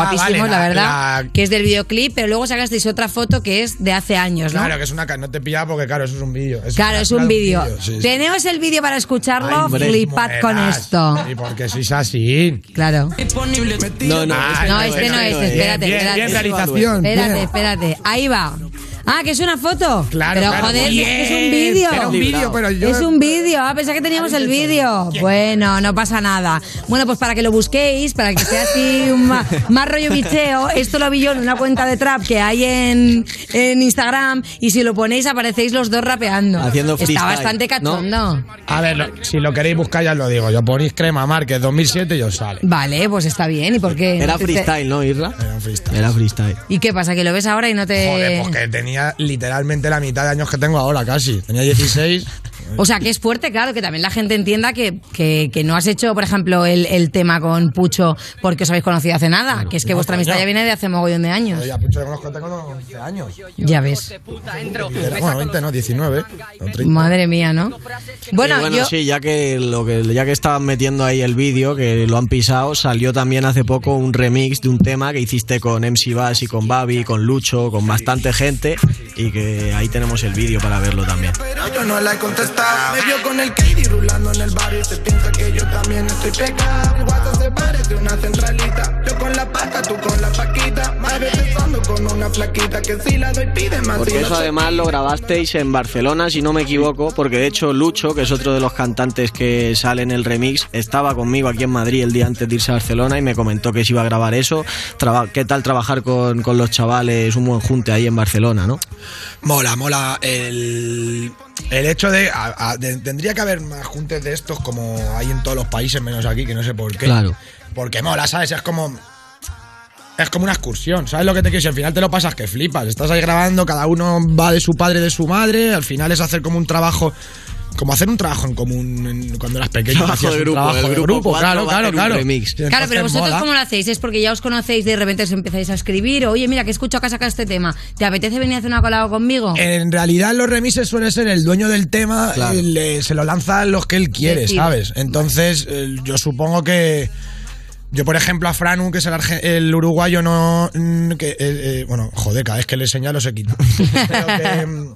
Speaker 13: vale,
Speaker 4: guapísimos, la,
Speaker 13: la-
Speaker 4: verdad,
Speaker 13: la-
Speaker 4: que es del videoclip, pero luego sacasteis otra foto que es de hace años, ¿no?
Speaker 13: Claro, que es una. ca- No te pillaba porque, claro, eso es un vídeo. Es
Speaker 4: Claro,
Speaker 13: una
Speaker 4: es
Speaker 13: captura
Speaker 4: un
Speaker 13: de
Speaker 4: vídeo.
Speaker 13: sí, sí.
Speaker 4: Tenemos el vídeo para escucharlo.
Speaker 13: Hombre,
Speaker 4: Oh, Flipad
Speaker 13: monedas.
Speaker 4: con esto.
Speaker 13: Y porque sois así.
Speaker 4: Claro.
Speaker 6: No, no,
Speaker 13: Ah,
Speaker 4: No, este no es, espérate,
Speaker 13: Bien, bien,
Speaker 4: espérate.
Speaker 13: bien, realización.
Speaker 4: Espérate,
Speaker 13: bien.
Speaker 4: espérate. Ahí va. Ah, que es una foto. Claro, pero
Speaker 13: claro.
Speaker 4: joder,
Speaker 13: Bien.
Speaker 4: es un vídeo.
Speaker 13: Era un vídeo, pero yo-
Speaker 4: Es un vídeo. Ah, pensaba que teníamos el vídeo. Bueno, no pasa nada. Bueno, pues para que lo busquéis, para que sea así un ma- más, rollo bicheo, esto lo vi yo en una cuenta de trap que hay en, en Instagram y si lo ponéis aparecéis los dos rapeando.
Speaker 13: Haciendo
Speaker 4: Está
Speaker 13: freestyle,
Speaker 4: bastante cachondo.
Speaker 13: A ver, lo- si lo queréis buscar, ya os lo digo. Yo ponéis Crema Márquez 2007 y os sale.
Speaker 4: Vale, pues está bien. ¿Y por qué?
Speaker 6: Era freestyle, ¿no, Irra? Era
Speaker 13: freestyle.
Speaker 6: Era freestyle.
Speaker 4: ¿Y qué pasa? ¿Que lo ves ahora y no te...?
Speaker 13: Joder, pues que tenía literalmente la mitad de años que tengo ahora, casi. Tenía 16.
Speaker 4: O sea, que es fuerte, claro, que también la gente entienda que, que, que no has hecho, por ejemplo, el, el tema con Pucho porque os habéis conocido hace nada, que es que
Speaker 13: no,
Speaker 4: vuestra amistad
Speaker 13: coño.
Speaker 4: ya viene de hace mogollón de años.
Speaker 13: Oye, a Pucho le conozco tengo 11 años.
Speaker 4: Ya ves.
Speaker 13: Era- Bueno, 20 no, 19. o 30.
Speaker 4: Madre mía, ¿no? Bueno,
Speaker 6: Y Eh, bueno,
Speaker 4: yo...
Speaker 6: sí, ya que, lo que, ya que estaban metiendo ahí el vídeo, que lo han pisado, salió también hace poco un remix de un tema que hiciste con MC Bass y con Babi, con Lucho, con bastante gente, y que ahí tenemos el vídeo para verlo también.
Speaker 8: Pero yo no la he contestado. Me vio con el KD rulando en el barrio y se piensa que yo también estoy pegado. El guato se parece una centralita. Yo con la paca, tú con la paquita. Madre besando con una flaquita que si la doy pide más.
Speaker 6: Porque
Speaker 8: y no
Speaker 6: eso
Speaker 8: sé-
Speaker 6: además lo grabasteis en Barcelona, si no me equivoco, porque de hecho Lucho, que es otro de los cantantes que sale en el remix, estaba conmigo aquí en Madrid el día antes de irse a Barcelona y me comentó que se iba a grabar eso. Traba- ¿Qué tal trabajar con, con los chavales, un buen junte ahí en Barcelona, no?
Speaker 13: Mola, mola el, el hecho de, a- a- de- Tendría que haber más juntes de estos como hay en todos los países, menos aquí, que no sé por qué.
Speaker 6: Claro.
Speaker 13: Porque mola, ¿sabes? Es como. Es como una excursión, ¿sabes lo que te quiero decir? Al final te lo pasas que flipas. Estás ahí grabando, cada uno va de su padre, de su madre. Al final es hacer como un trabajo. Como hacer un trabajo en común en- cuando eras pequeño.
Speaker 6: Trabajo
Speaker 13: hacías
Speaker 6: de
Speaker 13: un
Speaker 6: grupo,
Speaker 13: trabajo
Speaker 6: el
Speaker 13: de
Speaker 6: grupo
Speaker 13: grupo,
Speaker 6: cuatro
Speaker 13: claro,
Speaker 6: va a
Speaker 13: claro,
Speaker 6: hacer un
Speaker 13: claro.
Speaker 6: remix.
Speaker 13: Entonces
Speaker 4: Claro, pero vosotros
Speaker 13: mola.
Speaker 4: cómo lo hacéis, es porque ya os conocéis y de repente os empezáis a escribir, oye, mira, que escucho que has sacado este tema, ¿te apetece venir a hacer una colada conmigo?
Speaker 13: En realidad los remises suele ser el dueño del tema, eh, le- se lo lanza a los que él quiere,
Speaker 4: Decide.
Speaker 13: ¿sabes? Entonces eh, yo supongo que... Yo, por ejemplo, a Franu, que es el, arge- el uruguayo, no... mm, que, eh, eh, bueno, joder, cada vez que le señalo se quita. Pero que, mm,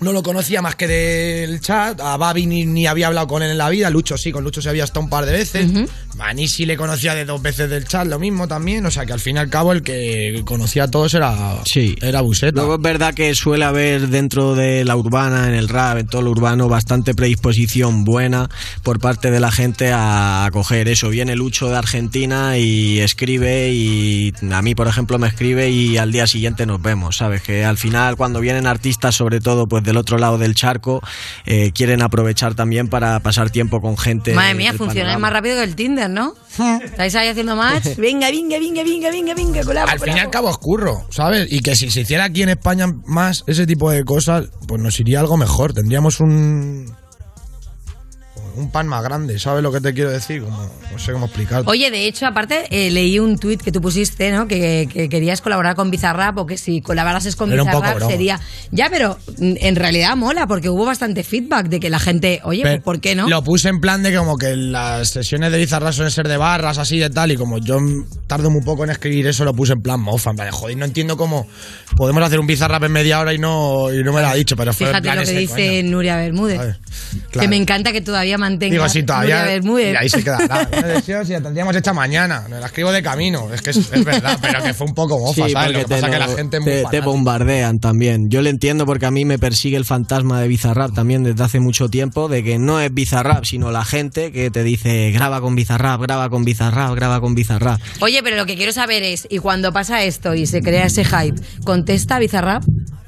Speaker 13: no lo conocía más que del chat. A Babi ni, ni había hablado con él en la vida. Lucho sí, con Lucho se había estado un par de veces. Maní sí le conocía de dos veces del chat, lo mismo también. O sea que al fin y al cabo el que conocía a todos era, era Buseta.
Speaker 6: Luego es verdad que suele haber dentro de la urbana, en el rap, en todo lo urbano, bastante predisposición buena por parte de la gente a coger eso. Viene Lucho de Argentina y escribe y a mí, por ejemplo, me escribe y al día siguiente nos vemos, ¿sabes? Que al final cuando vienen artistas, sobre todo pues del otro lado del charco, eh, quieren aprovechar también para pasar tiempo con gente.
Speaker 4: Madre mía,
Speaker 6: del
Speaker 4: funcionáis
Speaker 6: panorama.
Speaker 4: más rápido que el Tinder, ¿no? ¿Estáis ahí haciendo match? Venga, venga, venga, venga, venga, venga, colabo,
Speaker 13: Al fin y al cabo es curro, ¿sabes? Y que si se hiciera aquí en España más ese tipo de cosas, pues nos iría algo mejor. Tendríamos un. Un pan más grande, ¿sabes lo que te quiero decir? Como, no sé cómo explicarte.
Speaker 4: Oye, de hecho, aparte, eh, leí un tuit que tú pusiste, ¿no? Que, que querías colaborar con Bizarrap o que si colaborases con
Speaker 13: Era un poco
Speaker 4: Bizarrap
Speaker 13: broma.
Speaker 4: sería... Ya, pero mm, en realidad mola porque hubo bastante feedback de que la gente, oye, pues,
Speaker 13: Pero
Speaker 4: ¿por qué no?
Speaker 13: Lo puse en plan de como que las sesiones de Bizarra suelen ser de barras, así de tal, y como yo m- tardo muy poco en escribir eso, lo puse en plan mofa, en plan de, joder, no entiendo cómo podemos hacer un Bizarrap en media hora y no, y no me lo ha dicho, pero fue en
Speaker 4: Fíjate
Speaker 13: plan
Speaker 4: lo que
Speaker 13: ese,
Speaker 4: dice
Speaker 13: coño.
Speaker 4: Nuria Bermúdez. Que
Speaker 13: claro.
Speaker 4: me encanta que todavía mantenga
Speaker 13: Digo, sí, todavía.
Speaker 4: Nuria Bermúdez.
Speaker 13: Y ahí se quedará. Una lesión, si la tendríamos hecha mañana. Me la escribo de camino. Es que es, es verdad, pero que fue un poco mofa,
Speaker 6: Sí,
Speaker 13: ¿sabes? Lo
Speaker 6: porque
Speaker 13: que pasa
Speaker 6: Oh, te
Speaker 13: es que la
Speaker 6: lo-
Speaker 13: gente es muy
Speaker 6: te, te
Speaker 13: fanática.
Speaker 6: bombardean también. Yo le entiendo porque a mí me persigue el fantasma de Bizarrap también desde hace mucho tiempo, de que no es Bizarrap, sino la gente que te dice graba con Bizarrap, graba con Bizarrap, graba con Bizarrap.
Speaker 4: Oye, pero lo que quiero saber es, y cuando pasa esto y se crea ese hype, ¿contesta Bizarrap?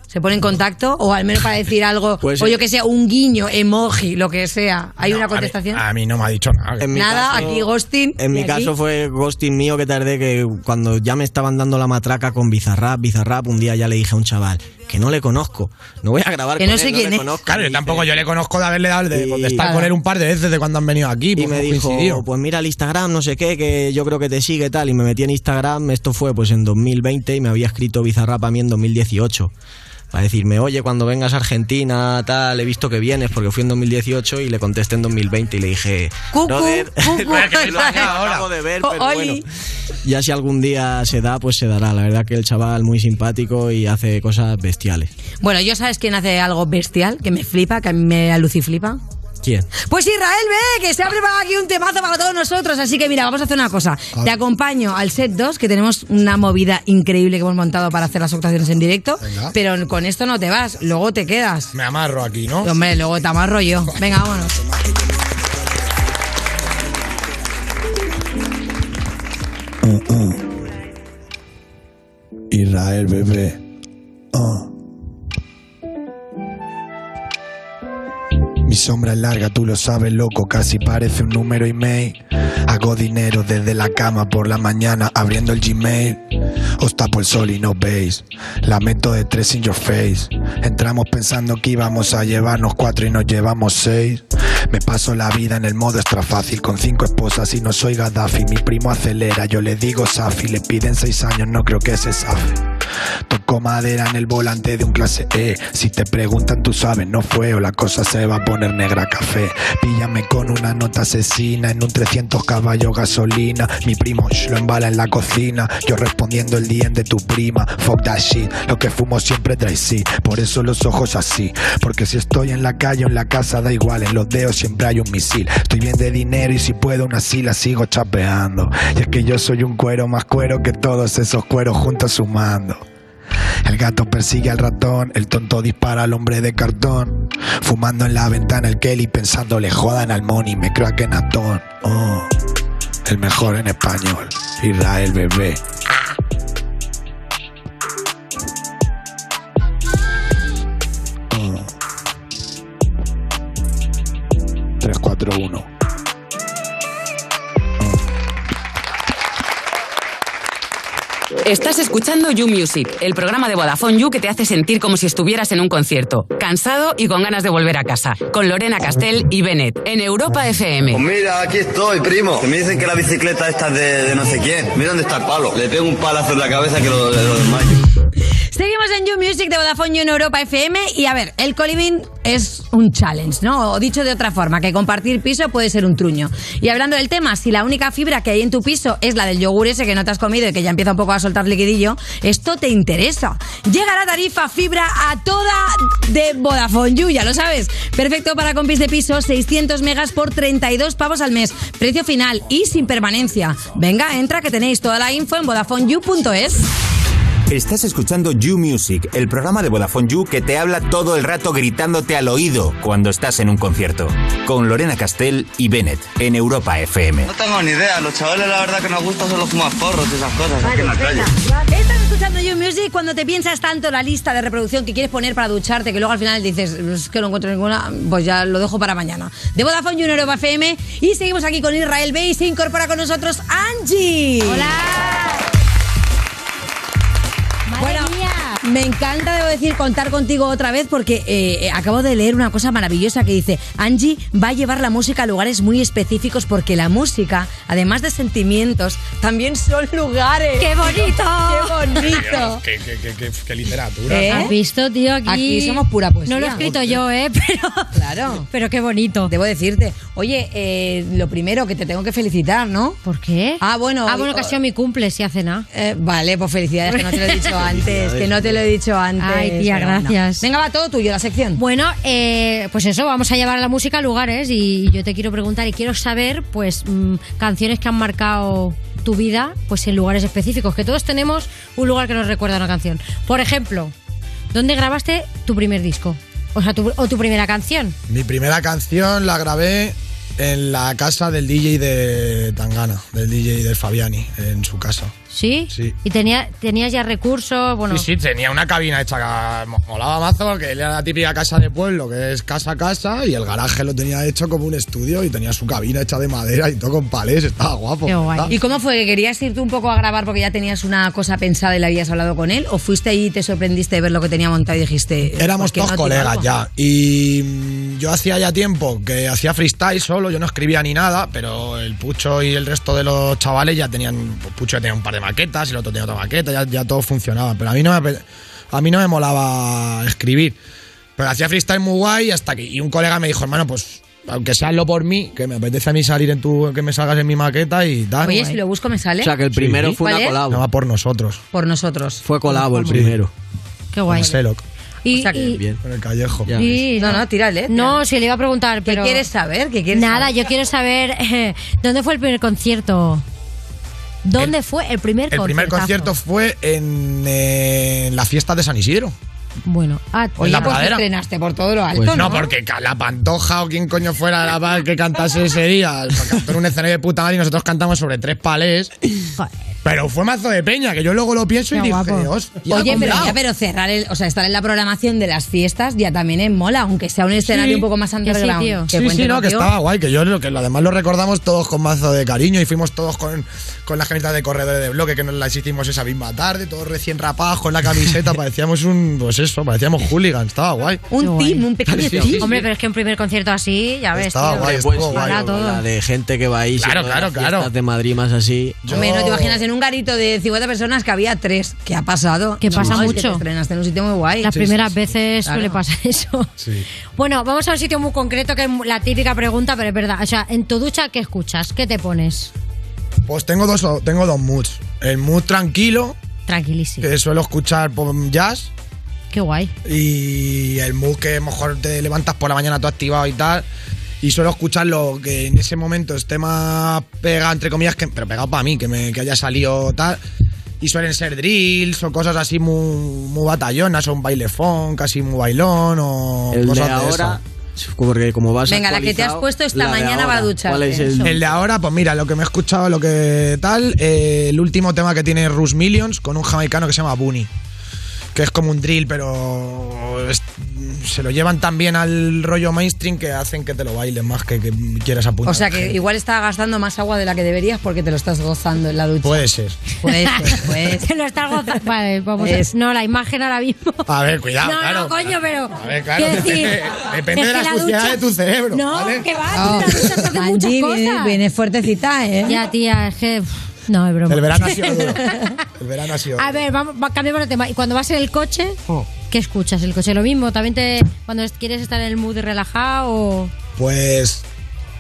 Speaker 4: ¿Se pone en contacto? O al menos para decir algo,
Speaker 13: Pues,
Speaker 4: o
Speaker 13: eh,
Speaker 4: yo que sea, un guiño, emoji, lo que sea. ¿Hay una contestación?
Speaker 13: A mí no me ha dicho nada.
Speaker 6: En mi
Speaker 4: Nada,
Speaker 6: caso-
Speaker 4: aquí Ghosting.
Speaker 6: En
Speaker 4: y
Speaker 6: mi
Speaker 4: aquí-
Speaker 6: caso fue ghosting mío que tardé que cuando ya me estaban dando la matraca con Bizarrap, Bizarrap, un día ya le dije a un chaval que no le conozco, no voy a grabar con él, le conozco.
Speaker 13: Claro, yo tampoco yo le conozco de haberle dado de, de estar
Speaker 6: Claro.
Speaker 13: con él un par de veces de cuando han venido aquí.
Speaker 6: Y me dijo, pues mira el Instagram, no sé qué, que yo creo que te sigue tal. Y me metí en Instagram, esto fue pues en 2020 y me había escrito Bizarrap a mí en 2018. Para decirme, oye, cuando vengas a Argentina, tal, he visto que vienes, porque fui en 2018 y le contesté en 2020 y le dije,
Speaker 4: Cucu,
Speaker 6: "Brother,
Speaker 4: cucu,
Speaker 6: que lo acabo de ver, pero
Speaker 4: Oli.
Speaker 6: bueno". ya si algún día se da, pues se dará. La verdad que el chaval muy simpático y hace cosas bestiales.
Speaker 4: Bueno, ¿yo sabes quién hace algo bestial? Que me flipa, que a mí me aluciflipa.
Speaker 6: ¿Quién?
Speaker 4: Pues Israel, ve que se ha preparado aquí un temazo para todos nosotros. Así que mira, vamos a hacer una cosa.
Speaker 13: A
Speaker 4: Te
Speaker 13: ver.
Speaker 4: acompaño al set 2, que tenemos una movida increíble que hemos montado para hacer las actuaciones en directo.
Speaker 13: Venga.
Speaker 4: Pero con esto no te vas, luego te quedas.
Speaker 13: Me amarro aquí, ¿no?
Speaker 4: Hombre, luego te amarro yo. Venga, vámonos.
Speaker 3: Israel, bebé. Ah. Mi sombra es larga, tú lo sabes, loco, casi parece un número email. Hago dinero desde la cama por la mañana, abriendo el Gmail.
Speaker 13: Os tapo el sol y no veis. Lamento de tres in your face. Entramos pensando que íbamos a llevarnos cuatro y nos llevamos seis. Me paso la vida en el modo extra fácil con cinco esposas y no soy Gaddafi. Mi primo acelera, yo le digo Safi. Le piden seis años, no creo que se safe. Tocó madera en el volante de un clase E. Si te preguntan, tú sabes, no fue o la cosa se va a poner negra café. Píllame con una nota asesina en un 300 caballos gasolina. Mi primo sh, lo embala en la cocina. Yo respondiendo el DM de tu prima. Fuck that shit. Lo que fumo siempre trae sí. Por eso los ojos así. Porque si estoy en la calle o en la casa, da igual. En los dedos siempre hay un misil. Estoy bien de dinero y si puedo, una sila sigo chapeando. Y es que yo soy un cuero más cuero que todos esos cueros juntos sumando. El gato persigue al ratón, el tonto dispara al hombre de cartón. Fumando en la ventana el Kelly, pensando le jodan al Moni, me creo que Natón. Oh, el mejor en español, Israel bebé. Oh. 341.
Speaker 2: Estás escuchando You Music, el programa de Vodafone You que te hace sentir como si estuvieras en un concierto, cansado y con ganas de volver a casa, con Lorena Castell y Bennett, en Europa FM.
Speaker 9: Pues mira, aquí estoy, primo. Me dicen que la bicicleta esta es de, de no sé quién. Mira dónde está el palo. Le pego un palazo en la cabeza que lo, lo desmayo.
Speaker 4: Seguimos en You Music de Vodafone You en Europa FM y a ver, el coliving es un challenge, ¿no? O dicho de otra forma, que compartir piso puede ser un truño. Y hablando del tema, si la única fibra que hay en tu piso es la del yogur ese que no te has comido y que ya empieza un poco a soltar liquidillo, esto te interesa. Llega la tarifa fibra a toda de Vodafone You, ya lo sabes. Perfecto para compis de piso, 600 megas por 32 pavos al mes. Precio final y sin permanencia. Venga, entra que tenéis toda la info en vodafoneyou.es.
Speaker 21: Estás escuchando You Music, el programa de Vodafone You que te habla todo el rato gritándote al oído cuando estás en un concierto. Con Lorena Castell y Bennett en Europa FM.
Speaker 9: No tengo ni idea. Los chavales, la verdad, que nos gusta solo fumar porros y esas cosas. aquí en la calle.
Speaker 4: Estás escuchando You Music cuando te piensas tanto la lista de reproducción que quieres poner para ducharte que luego al final dices, es que no encuentro ninguna, pues ya lo dejo para mañana. De Vodafone You en Europa FM y seguimos aquí con Israel Bey. Se incorpora con nosotros Angie. Hola. Bueno, me encanta, debo decir, contar contigo otra vez porque eh, acabo de leer una cosa maravillosa que dice, Angie va a llevar la música a lugares muy específicos porque la música, además de sentimientos, también son lugares.
Speaker 5: ¡Qué bonito!
Speaker 4: ¡Qué bonito!
Speaker 13: Dios, qué, qué- qué- qué- qué literatura.
Speaker 4: ¿Eh?
Speaker 5: ¿Has visto, tío? Aquí,
Speaker 4: Aquí somos pura poesía.
Speaker 5: No lo he escrito yo, ¿eh? Pero,
Speaker 4: claro.
Speaker 5: pero qué bonito.
Speaker 4: Debo decirte, oye, eh, lo primero que te tengo que felicitar, ¿no?
Speaker 5: ¿Por qué?
Speaker 4: Ah, bueno.
Speaker 5: Ah, bueno, que ha sido mi cumple, si hace nada.
Speaker 4: Eh, vale, pues felicidades, que no te lo he dicho antes, que no te lo he dicho antes.
Speaker 5: Ay, tía,
Speaker 4: Pero bueno.
Speaker 5: gracias.
Speaker 4: Venga, va todo tuyo, la sección.
Speaker 5: Bueno, eh, pues eso, vamos a llevar la música a lugares y yo te quiero preguntar y quiero saber, pues, mm, canciones que han marcado tu vida, pues en lugares específicos, que todos tenemos un lugar que nos recuerda una canción. Por ejemplo, ¿dónde grabaste tu primer disco? O sea, tu, o tu primera canción.
Speaker 13: Mi primera canción la grabé en la casa del DJ de Tangana, del DJ de Fabiani, en su casa.
Speaker 5: ¿Sí?
Speaker 13: Sí.
Speaker 5: Y tenía, tenías ya recursos, bueno...
Speaker 13: Sí, sí, tenía una cabina hecha, mo- molaba mazo, que era la típica casa de pueblo, que es casa a casa, y el garaje lo tenía hecho como un estudio y tenía su cabina hecha de madera y todo con palés, estaba guapo. ¿verdad?
Speaker 4: ¿Y cómo fue? ¿Que querías ir tú un poco a grabar porque ya tenías una cosa pensada y la habías hablado con él? ¿O fuiste ahí y te sorprendiste de ver lo que tenía montado y dijiste...
Speaker 13: Éramos
Speaker 4: ¿por qué
Speaker 13: todos
Speaker 4: no tiro
Speaker 13: colegas
Speaker 4: algo?
Speaker 13: ya. Y mm, yo hacía ya tiempo que hacía freestyle solo, yo no escribía ni nada, pero el Pucho y el resto de los chavales ya tenían. pues, Pucho ya tenía un par de maquetas, y el otro tenía otra maqueta, ya, ya todo funcionaba. Pero a mí no me, ape- a mí no me molaba escribir. Pero hacía freestyle muy guay hasta que. Y un colega me dijo, hermano, pues. Aunque sea lo por mí, que me apetece a mí salir en tu. que me salgas en mi maqueta y tal.
Speaker 4: Oye, si lo busco me sale. ¿Cuál es?
Speaker 13: No va por nosotros.
Speaker 4: Por nosotros.
Speaker 6: Fue colabo el
Speaker 13: Sí.
Speaker 6: primero.
Speaker 5: Qué guay. Y,
Speaker 4: O sea que-
Speaker 5: y-
Speaker 6: Bien.
Speaker 13: Con el callejo.
Speaker 6: Ya.
Speaker 5: Sí,
Speaker 4: No, no, tírale.
Speaker 5: No, si le iba a preguntar, pero...
Speaker 4: quieres saber? ¿Qué quieres
Speaker 5: Nada,
Speaker 4: saber?
Speaker 5: yo quiero saber eh, dónde fue el primer concierto. ¿Dónde fue el primer
Speaker 13: El
Speaker 5: concierto?
Speaker 13: primer concierto fue en, eh, en la fiesta de San Isidro.
Speaker 5: Bueno, ah,
Speaker 13: Oye, la pradera.
Speaker 4: entrenaste por todo lo alto,
Speaker 13: Pues
Speaker 4: ¿no?
Speaker 13: no, porque ca- la pantoja o quien coño fuera la va- que cantase ese día. Cantó en un escenario de puta madre y nosotros cantamos sobre tres palés. Pero fue mazo de peña, que yo luego lo pienso y
Speaker 4: Qué
Speaker 13: dije,
Speaker 4: guapo.
Speaker 13: hostia,
Speaker 4: Oye, pero
Speaker 13: cuidado.
Speaker 4: ya, pero cerrar el, o sea, estar en la programación de las fiestas ya también es mola, aunque sea un escenario un poco más underground.
Speaker 13: Sí,
Speaker 4: Que
Speaker 13: sí,
Speaker 4: cuenten
Speaker 13: no, que
Speaker 4: contigo.
Speaker 13: estaba guay, que yo lo que además lo recordamos todos con mazo de cariño y fuimos todos con, con las camisetas de corredores de bloque que nos las hicimos esa misma tarde, todos recién rapados con la camiseta, parecíamos un, pues eso, parecíamos hooligans, estaba guay.
Speaker 4: Un team, un
Speaker 13: pequeño Sí, sí, team. sí.
Speaker 5: Hombre, pero es que un primer concierto así, ya ves.
Speaker 6: Estaba
Speaker 5: tío,
Speaker 6: guay,
Speaker 5: pues,
Speaker 6: estuvo
Speaker 5: para
Speaker 6: guay,
Speaker 5: todo.
Speaker 6: la de gente que va ahí.
Speaker 13: Claro,
Speaker 6: sobre
Speaker 13: claro,
Speaker 6: las fiestas de Madrid más así.
Speaker 4: Hombre, no te imaginas en un garito de 50 personas que había tres. que ha pasado?
Speaker 5: Que
Speaker 4: No,
Speaker 5: pasa
Speaker 4: es
Speaker 5: mucho.
Speaker 4: te estrenaste en un sitio muy guay.
Speaker 5: Las primeras veces
Speaker 4: Claro.
Speaker 5: suele pasar eso. Bueno, vamos a un sitio muy concreto que es la típica pregunta, pero es verdad. O sea, en tu ducha, ¿qué escuchas? ¿Qué te pones?
Speaker 13: Pues tengo dos, tengo dos moods. El mood tranquilo.
Speaker 5: Tranquilísimo.
Speaker 13: Que suelo escuchar pop jazz.
Speaker 5: Qué guay.
Speaker 13: Y el mood que a lo mejor te levantas por la mañana todo activado y tal. Y suelo escuchar lo que en ese momento esté más pega, entre comillas, que, pero pegado para mí, que, me, que haya salido tal. Y suelen ser drills o cosas así muy, muy batallonas, o un baile funk, casi muy bailón, o
Speaker 6: El de
Speaker 13: cosas
Speaker 6: ahora, porque como vas
Speaker 4: Venga, la que te has
Speaker 6: actualizado,
Speaker 4: puesto esta
Speaker 6: la de
Speaker 4: mañana va a
Speaker 6: ahora.
Speaker 4: ducharte.
Speaker 6: ¿Cuál es el-
Speaker 13: de ahora, pues mira, lo que me he escuchado, lo que tal, eh, el último tema que tiene Rus Millions con un jamaicano que se llama Bunny, que es como un drill, pero es- se lo llevan tan bien al rollo mainstream que hacen que te lo bailes más que que quieras apuntar.
Speaker 4: O sea que igual estaba gastando más agua de la que deberías porque te lo estás gozando en la ducha. Pues,
Speaker 13: Puede ser.
Speaker 4: Puede ser, puede ser.
Speaker 5: Te lo estás gozando. Vale, vamos a-
Speaker 4: Es-
Speaker 5: No, la imagen ahora mismo.
Speaker 13: A ver, cuidado,
Speaker 5: no,
Speaker 13: claro.
Speaker 5: no, coño, pero.
Speaker 13: A ver, claro,
Speaker 5: quiero
Speaker 13: depende- depende
Speaker 5: es
Speaker 13: de
Speaker 5: que
Speaker 13: la suciedad
Speaker 5: ducha-
Speaker 13: de tu cerebro,
Speaker 5: No,
Speaker 13: ¿vale?
Speaker 5: que va,
Speaker 4: Oh.
Speaker 5: tú te duchas, haces muchas
Speaker 4: Angie, viene,
Speaker 5: cosas.
Speaker 4: viene fuertecita, ¿eh?
Speaker 5: Ya, tía, es que. pff, No, es broma.
Speaker 13: El verano ha sido duro. El verano ha sido
Speaker 5: A ver, vamos, va- cambiamos de tema. Y cuando vas en el coche,
Speaker 13: Oh.
Speaker 5: ¿qué escuchas? ¿El coche lo mismo? ¿También te. cuando es- quieres estar en el mood relajado o.?
Speaker 13: Pues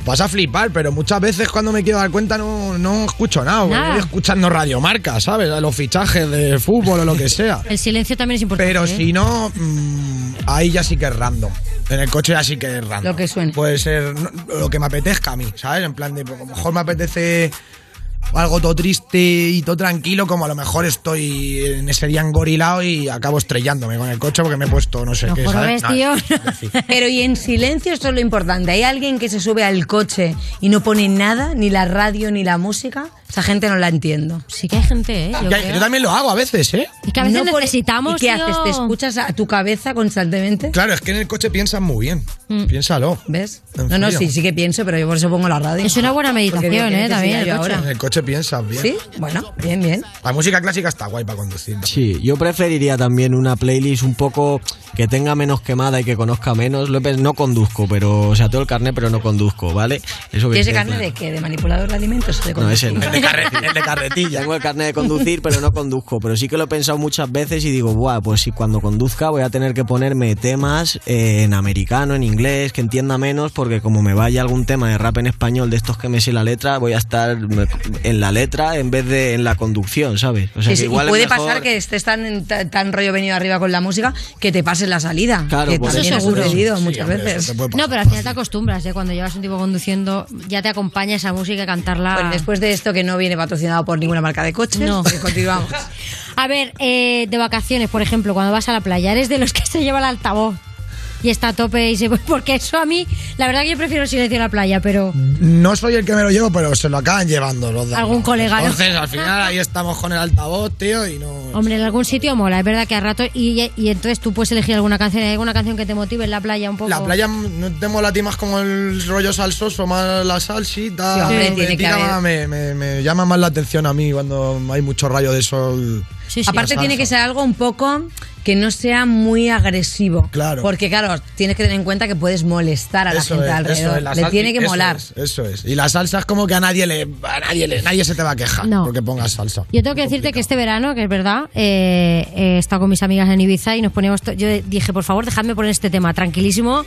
Speaker 13: vas a flipar, pero muchas veces cuando me quiero dar cuenta no, no escucho nada. porque
Speaker 5: Nada.
Speaker 13: Voy escuchando radiomarca, ¿sabes? Los fichajes de fútbol o lo que sea.
Speaker 5: El silencio también es importante.
Speaker 13: Pero
Speaker 5: ¿eh?
Speaker 13: si no, mm, ahí ya sí que es random. En el coche ya sí que es random. Lo que suene. Puede ser no, lo que me apetezca a mí, ¿sabes? En plan de, pues, a lo mejor me apetece algo todo triste y todo tranquilo, como a lo mejor estoy en ese día engorilado y acabo estrellándome con el coche porque me he puesto, no sé qué, ¿sabes? Nada.
Speaker 4: Pero y en silencio, esto es lo importante. Hay alguien que se sube al coche y no pone nada, ni la radio, ni la música. Esa gente no la entiendo.
Speaker 5: Sí que hay gente, ¿eh?
Speaker 13: Ya, yo también lo hago a veces, ¿eh?
Speaker 5: Es que a veces necesitamos,
Speaker 4: ¿Y qué
Speaker 5: tío?
Speaker 4: haces? ¿Te escuchas a tu cabeza constantemente?
Speaker 13: Claro, es que en el coche piensas muy bien. Piénsalo.
Speaker 4: ¿Ves?
Speaker 13: En
Speaker 4: No, no,
Speaker 13: serio.
Speaker 4: sí, sí que pienso, pero yo por eso pongo la radio. Es
Speaker 5: una buena meditación, ¿eh? También el coche.
Speaker 13: En el coche piensas bien.
Speaker 4: Sí, bueno, bien, bien.
Speaker 13: La música clásica está guay para conducir.
Speaker 6: Sí, yo preferiría también una playlist un poco que tenga menos quemada y que conozca menos. López, no conduzco, pero, o sea, tengo el carnet, pero no conduzco, ¿vale? Eso que
Speaker 4: ¿Y ese
Speaker 6: quede
Speaker 4: carnet
Speaker 6: claro.
Speaker 4: de qué? ¿De manipulador de alimentos? o de
Speaker 6: No, ese no.
Speaker 4: conducir?
Speaker 13: carretilla.
Speaker 6: Tengo el carnet de conducir, pero no conduzco. Pero sí que lo he pensado muchas veces y digo, Buah, pues si cuando conduzca voy a tener que ponerme temas eh, en americano, en inglés, que entienda menos, porque como me vaya algún tema de rap en español de estos que me sé la letra, voy a estar me- en la letra en vez de en la conducción, ¿sabes? O
Speaker 4: Sí,
Speaker 6: sea, que
Speaker 4: sí, y
Speaker 6: igual es
Speaker 4: puede
Speaker 6: mejor-
Speaker 4: pasar que estés tan, en- ta- tan rollo venido arriba con la música que te pases la salida.
Speaker 6: Claro,
Speaker 4: que
Speaker 6: por
Speaker 4: también
Speaker 6: eso.
Speaker 4: ha
Speaker 6: Seguro.
Speaker 4: sucedido
Speaker 6: Sí,
Speaker 4: muchas
Speaker 6: hombre, eso
Speaker 4: veces.
Speaker 6: te puede
Speaker 5: No, pero al final te acostumbras, ¿eh? Cuando llevas un tipo conduciendo, ya te acompaña esa música, cantarla.
Speaker 4: Bueno, después de esto que no viene patrocinado por ninguna marca de coches,
Speaker 5: Ah. No.
Speaker 4: pues continuamos.
Speaker 5: A ver, eh, de vacaciones, por ejemplo, cuando vas a la playa, eres de los que se lleva el altavoz y está a tope y se Porque eso a mí, la verdad que yo prefiero el silencio en la playa, pero.
Speaker 13: No soy el que me lo llevo, pero se lo acaban llevando los dos.
Speaker 5: Algún colega, ¿no?
Speaker 13: Entonces, al final ahí estamos con el altavoz, tío, y no.
Speaker 5: Hombre, en algún sitio mola, es verdad que a rato. Y, y entonces tú puedes elegir alguna canción, ¿hay alguna canción que te motive en la playa un poco?
Speaker 13: La playa no te mola a ti más como el rollo salsoso, más la salsita.
Speaker 5: Sí, hombre,
Speaker 13: me
Speaker 5: tiene que
Speaker 13: tira
Speaker 5: haber.
Speaker 13: más- me, me- me llama más la atención a mí cuando hay mucho rayo de sol.
Speaker 4: Aparte
Speaker 13: La
Speaker 4: tiene que
Speaker 13: salsa.
Speaker 4: ser algo un poco que no sea muy agresivo.
Speaker 13: Claro.
Speaker 4: Porque claro, tienes que tener en cuenta que puedes molestar a la
Speaker 13: Eso
Speaker 4: gente
Speaker 13: es, eso
Speaker 4: alrededor.
Speaker 13: es, la
Speaker 4: Le
Speaker 13: sal-
Speaker 4: tiene que
Speaker 13: eso
Speaker 4: molar.
Speaker 13: es, eso es. Y la salsa es como que a nadie le. A nadie le. Nadie se te va a quejar porque pongas salsa.
Speaker 5: Yo tengo que decirte que este verano, que es verdad, eh, he estado con mis amigas en Ibiza y nos poníamos. to- Yo dije, por favor, dejadme poner este tema, tranquilísimo.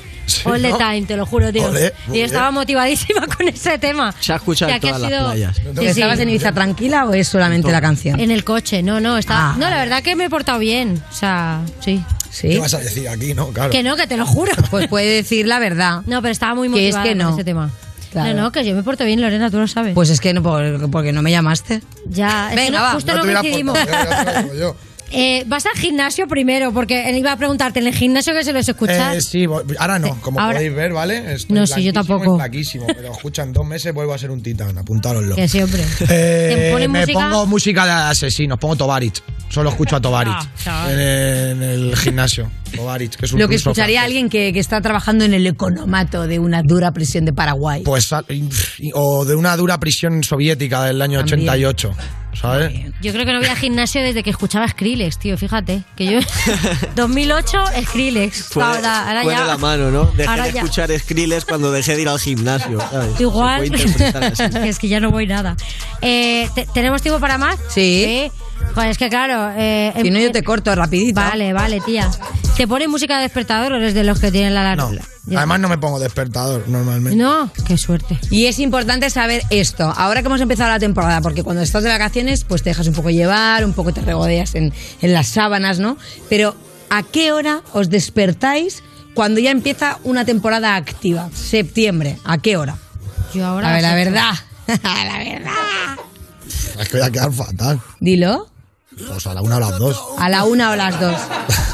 Speaker 5: All the
Speaker 6: ¿no?
Speaker 5: time, te lo juro, tío.
Speaker 6: Ole,
Speaker 5: y
Speaker 6: muy
Speaker 5: yo estaba
Speaker 6: bien.
Speaker 5: motivadísima con ese tema.
Speaker 6: Se ha escuchado
Speaker 5: O sea,
Speaker 6: en
Speaker 5: que
Speaker 6: todas
Speaker 5: ha
Speaker 6: las
Speaker 5: sido-
Speaker 6: playas.
Speaker 5: Sí,
Speaker 4: ¿Estabas
Speaker 5: sí.
Speaker 4: en Ibiza tranquila o es solamente la canción?
Speaker 5: En el coche, no, no, está.
Speaker 4: Ah,
Speaker 5: no, la verdad que me he portado bien. O sea, sí.
Speaker 13: ¿Qué vas a decir aquí, no? Claro.
Speaker 5: Que no, que te lo juro.
Speaker 4: Pues puede decir la verdad.
Speaker 5: No, pero estaba muy
Speaker 4: Que es
Speaker 5: motivada
Speaker 4: que no.
Speaker 5: con ese tema.
Speaker 4: Claro.
Speaker 5: No, no, que yo me porto bien, Lorena, tú lo sabes.
Speaker 4: Pues es que no, por- porque no me llamaste.
Speaker 5: Ya, es que
Speaker 4: Venga,
Speaker 5: no-
Speaker 4: va.
Speaker 5: justo
Speaker 4: No
Speaker 5: no,
Speaker 4: te hubiera
Speaker 5: coincidimos.
Speaker 4: portado,
Speaker 13: ya te lo digo yo.
Speaker 5: eh, vas al gimnasio primero, porque iba a preguntarte, ¿en el gimnasio que se los escuchas?
Speaker 13: Eh, sí, voy- ahora no, como
Speaker 5: Ahora-
Speaker 13: podéis ver, ¿vale? Estoy
Speaker 5: No, sí, yo
Speaker 13: blanquísimo
Speaker 5: tampoco.
Speaker 13: y Flaquísimo, pero escuchan dos meses vuelvo a ser un titán, apuntároslo.
Speaker 5: Que sí, hombre.
Speaker 13: Eh,
Speaker 5: Te ponen
Speaker 13: me
Speaker 5: música-
Speaker 13: pongo música de asesinos, pongo Tovarich. Solo escucho a Tovarich
Speaker 4: Ah,
Speaker 13: en, en el gimnasio. Tovarich, que es un
Speaker 4: Lo que
Speaker 13: ruso
Speaker 4: escucharía
Speaker 13: francés.
Speaker 4: alguien que, que está trabajando en el economato de una dura prisión de Paraguay.
Speaker 13: Pues, sal- y- o de una dura prisión soviética del año 88, ¿sabes?
Speaker 5: Yo creo que no voy al gimnasio desde que escuchaba Skrillex, tío, fíjate. Que yo. 2008, Skrillex.
Speaker 6: Fue,
Speaker 5: ahora ahora
Speaker 6: fue
Speaker 5: ya.
Speaker 6: de la mano, ¿no? Dejé
Speaker 5: ahora
Speaker 6: de
Speaker 5: ya.
Speaker 6: escuchar Skrillex cuando dejé de ir al gimnasio. ¿sabes? Se puede
Speaker 5: Igual.
Speaker 6: interpretar así.
Speaker 5: es que ya no voy nada. Eh, ¿te- ¿Tenemos tiempo para más? Sí. Joder, es que claro. Eh,
Speaker 4: Si no, yo te corto rapidito.
Speaker 5: Vale, vale, tía. ¿Te ponen música de despertador o eres de los que tienen la
Speaker 13: No.
Speaker 5: alarma? Ya.
Speaker 13: Además no me pongo despertador normalmente.
Speaker 5: No, qué suerte.
Speaker 4: Y es importante saber esto, ahora que hemos empezado la temporada, porque cuando estás de vacaciones, pues te dejas un poco llevar, un poco te regodeas en, en las sábanas, ¿no? Pero ¿a qué hora os despertáis cuando ya empieza una temporada activa? Septiembre, ¿a qué hora?
Speaker 5: Yo ahora.
Speaker 4: A ver, la verdad.
Speaker 5: la verdad.
Speaker 13: Es que voy a quedar fatal.
Speaker 4: Dilo.
Speaker 13: Pues a la una o las dos.
Speaker 4: A la una o las dos.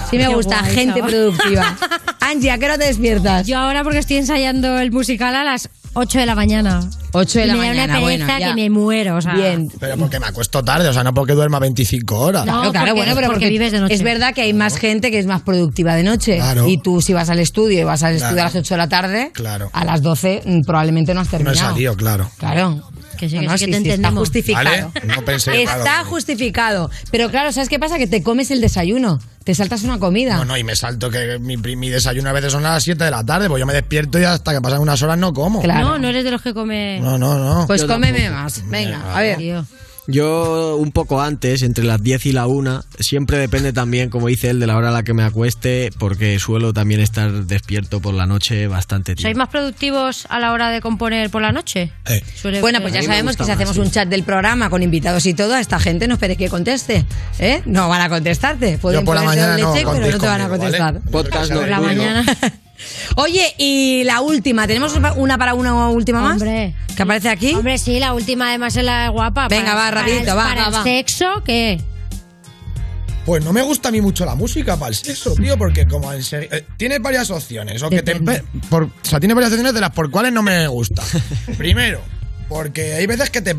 Speaker 4: Sí me
Speaker 5: Qué
Speaker 4: gusta,
Speaker 5: guay,
Speaker 4: gente
Speaker 5: chaval.
Speaker 4: productiva. Angie, ¿a qué hora te despiertas?
Speaker 5: Yo ahora porque estoy ensayando el musical a las 8 de la mañana.
Speaker 4: 8 de la
Speaker 5: me
Speaker 4: mañana,
Speaker 5: da una pereza
Speaker 4: bueno, ya.
Speaker 5: que me muero, o sea.
Speaker 4: Bien.
Speaker 13: Pero porque me acuesto tarde, o sea, no porque duerma 25 horas.
Speaker 5: No,
Speaker 4: Claro, claro,
Speaker 5: porque-
Speaker 4: bueno, pero
Speaker 5: porque vives de noche.
Speaker 4: Es verdad que hay más gente que es más productiva de noche.
Speaker 13: Claro.
Speaker 4: Y tú, si vas al estudio y vas al estudio
Speaker 13: Claro.
Speaker 4: a las 8 de la tarde,
Speaker 13: Claro.
Speaker 4: a las 12 mm, probablemente no has
Speaker 13: No he
Speaker 4: terminado.
Speaker 13: salido, claro.
Speaker 4: Claro.
Speaker 5: Que sí,
Speaker 4: No,
Speaker 5: que
Speaker 4: no,
Speaker 5: sí, que
Speaker 4: sí,
Speaker 5: te
Speaker 4: sí, está
Speaker 5: entendemos.
Speaker 4: justificado.
Speaker 13: ¿Vale? No pensé.
Speaker 4: está
Speaker 13: claro.
Speaker 4: justificado. Pero claro, ¿sabes qué pasa? Que te comes el desayuno, te saltas una comida.
Speaker 13: No, no, y me salto que mi, pri- mi desayuno a veces son las 7 de la tarde, pues yo me despierto y hasta que pasan unas horas no como.
Speaker 5: No, no eres de los que come.
Speaker 13: No, no, no.
Speaker 4: Pues
Speaker 6: Yo
Speaker 4: cómeme
Speaker 6: tampoco.
Speaker 4: más. Venga, a ver.
Speaker 6: Yo un poco antes, entre las 10 y la 1, siempre depende también, como dice él, de la hora a la que me acueste, porque suelo también estar despierto por la noche bastante tiempo.
Speaker 5: ¿Sois más productivos a la hora de componer por la noche?
Speaker 13: Eh,
Speaker 5: Suele-
Speaker 4: Bueno, pues ya
Speaker 5: A mí me
Speaker 4: sabemos
Speaker 5: gusta
Speaker 4: que si
Speaker 5: más,
Speaker 4: hacemos
Speaker 5: sí.
Speaker 4: un chat del programa con invitados y todo, a esta gente no esperes que conteste. ¿eh? No van a contestarte. Pueden
Speaker 13: Yo por la
Speaker 4: ponerte
Speaker 13: mañana
Speaker 4: doble
Speaker 13: no
Speaker 4: check, pero no te
Speaker 13: contéis
Speaker 4: van a
Speaker 13: conmigo, ¿vale?
Speaker 4: contestar.
Speaker 6: Podcast
Speaker 13: Por la
Speaker 6: nocturno.
Speaker 13: mañana.
Speaker 4: Oye, y la última, ¿tenemos una para una última más?
Speaker 5: Hombre.
Speaker 4: ¿Que aparece aquí?
Speaker 5: Hombre, sí, la última además es la guapa.
Speaker 4: Venga, va,
Speaker 5: para
Speaker 4: rapidito,
Speaker 5: el-
Speaker 4: va,
Speaker 5: para
Speaker 4: va,
Speaker 5: el
Speaker 4: va.
Speaker 5: sexo, ¿qué?
Speaker 13: Pues no me gusta a mí mucho la música para el sexo, tío, porque como en serio. eh, tiene varias opciones. O, que te empe- por- o sea, tiene varias opciones de las por cuales no me gusta. Primero, porque hay veces que te.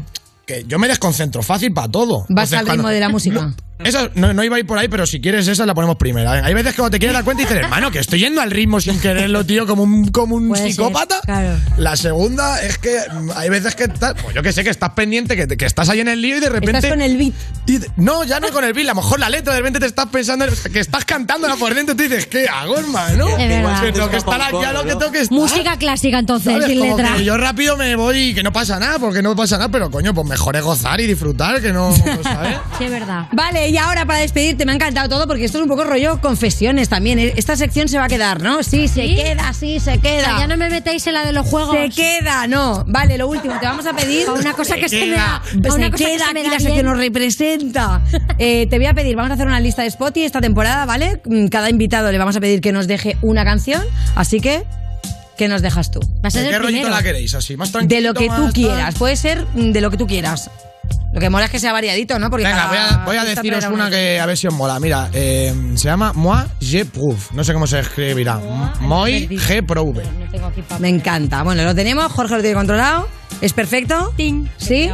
Speaker 13: que yo me desconcentro fácil para todo. Entonces,
Speaker 4: Vas al ritmo
Speaker 13: cuando-
Speaker 4: de la música.
Speaker 13: Esa no, no iba a ir por ahí, pero si quieres esa la ponemos primera. Venga, Hay veces que cuando te quieres dar cuenta y dices, hermano, que estoy yendo al ritmo sin quererlo, tío, como un, como un
Speaker 5: Puede ser,
Speaker 13: psicópata.
Speaker 5: Pues claro.
Speaker 13: La segunda es que mm, hay veces que estás, pues yo que sé, que estás pendiente, que, te- que estás ahí en el lío y de repente...
Speaker 4: Estás con el beat.
Speaker 13: y de- no, ya no con el beat, a lo mejor la letra, de repente te estás pensando, en- que estás cantándola por dentro y tú dices, ¿qué hago, hermano?
Speaker 5: Es verdad.
Speaker 13: Que tengo que estar aquí a lo que
Speaker 4: ¿Ah?
Speaker 13: tengo que estar.
Speaker 5: Música clásica entonces,
Speaker 13: ¿Sabes?
Speaker 5: sin
Speaker 13: Como
Speaker 5: letra.
Speaker 13: que yo rápido me voy y que no pasa nada, porque no pasa nada, pero coño, pues mejor es gozar y disfrutar, que no, ¿sabes?
Speaker 5: Sí, es verdad.
Speaker 4: Vale, y ahora para despedirte, me ha encantado todo porque esto es un poco rollo confesiones también. ¿eh? Esta sección se va a quedar, ¿no? Sí, se
Speaker 5: ¿Sí?
Speaker 4: queda, sí,
Speaker 5: O
Speaker 4: se
Speaker 5: sea,
Speaker 4: queda.
Speaker 5: ya no me metáis en la de los juegos.
Speaker 4: Se queda, no. Vale, lo último, te vamos a pedir.
Speaker 5: A una cosa que se me da- a
Speaker 4: Se
Speaker 5: una cosa que
Speaker 4: queda
Speaker 5: se me
Speaker 4: aquí
Speaker 5: da
Speaker 4: la sección
Speaker 5: bien.
Speaker 4: nos representa. Eh, te voy a pedir, vamos a hacer una lista de Spotify esta temporada, ¿vale? Mm, Cada invitado le vamos a pedir que nos deje una canción, así que, ¿qué nos dejas tú?
Speaker 5: Vas
Speaker 13: ¿De qué rollito Este la queréis? Así, más tranquilo.
Speaker 4: De lo que tú
Speaker 13: más tal.
Speaker 4: quieras, puede ser mm, de lo que tú quieras. Lo que mola es que sea variadito, ¿no? Porque
Speaker 13: Venga,
Speaker 4: cada
Speaker 13: voy a, voy a
Speaker 4: lista
Speaker 13: deciros
Speaker 4: traerá
Speaker 13: una que a ver si os mola. Mira, eh, se llama Moi G Proof. No sé cómo se escribirá. Moi G Prove.
Speaker 5: Pues
Speaker 4: Me encanta. Bueno, lo tenemos, Jorge lo tiene controlado. ¿Es perfecto? ¿Sí?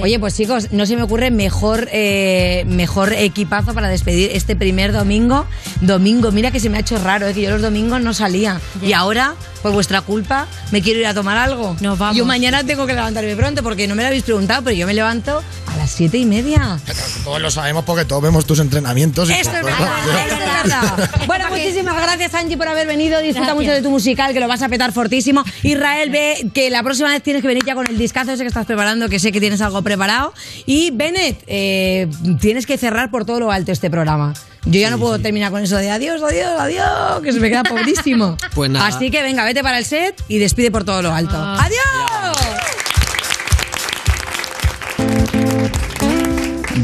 Speaker 4: Oye, pues chicos, no se me ocurre mejor, eh, mejor equipazo para despedir este primer domingo. Domingo, mira que se me ha hecho raro, eh, que yo los domingos no salía. Y ahora, por vuestra culpa, me quiero ir a tomar algo.
Speaker 5: Nos vamos.
Speaker 4: Yo mañana tengo que levantarme pronto porque no me lo habéis preguntado, pero yo me levanto a las siete y media.
Speaker 13: Todos lo sabemos porque todos vemos tus entrenamientos. Y
Speaker 4: Esto es
Speaker 13: todo,
Speaker 4: verdad, esto es verdad. Bueno, muchísimas gracias, Angie, por haber venido. Disfruta
Speaker 5: Gracias.
Speaker 4: mucho de tu musical, que lo vas a petar fortísimo. Israel, ve que la próxima vez tienes que venir ya con el discazo ese que estás preparando, que sé que tienes algo preparado. Y Bennett, eh, tienes que cerrar por todo lo alto este programa. Yo ya no puedo terminar con eso de adiós, adiós, adiós, que se me queda pobrísimo.
Speaker 6: Pues nada. Ah.
Speaker 4: Así que venga, vete para el set y despide por todo lo alto. ¡Adiós!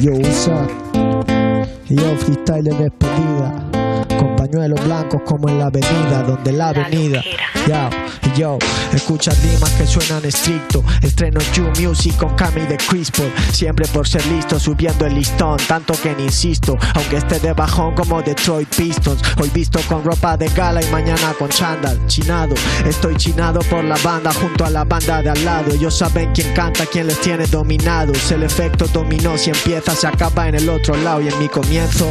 Speaker 11: Yo usa Yo freestyle despedida Con pañuelos blancos como en la avenida Donde la avenida Ya, yo, escucha rimas que suenan estricto. Estreno You Music con Cami de Crispo. Siempre por ser listo, subiendo el listón, tanto que ni insisto. Aunque esté de bajón como Detroit Pistons. Hoy visto con ropa de gala y mañana con chándal. Chinado, estoy chinado por la banda junto a la banda de al lado. Ellos saben quién canta, quién les tiene dominados. El efecto dominó, si empieza, se acaba en el otro lado. Y en mi comienzo,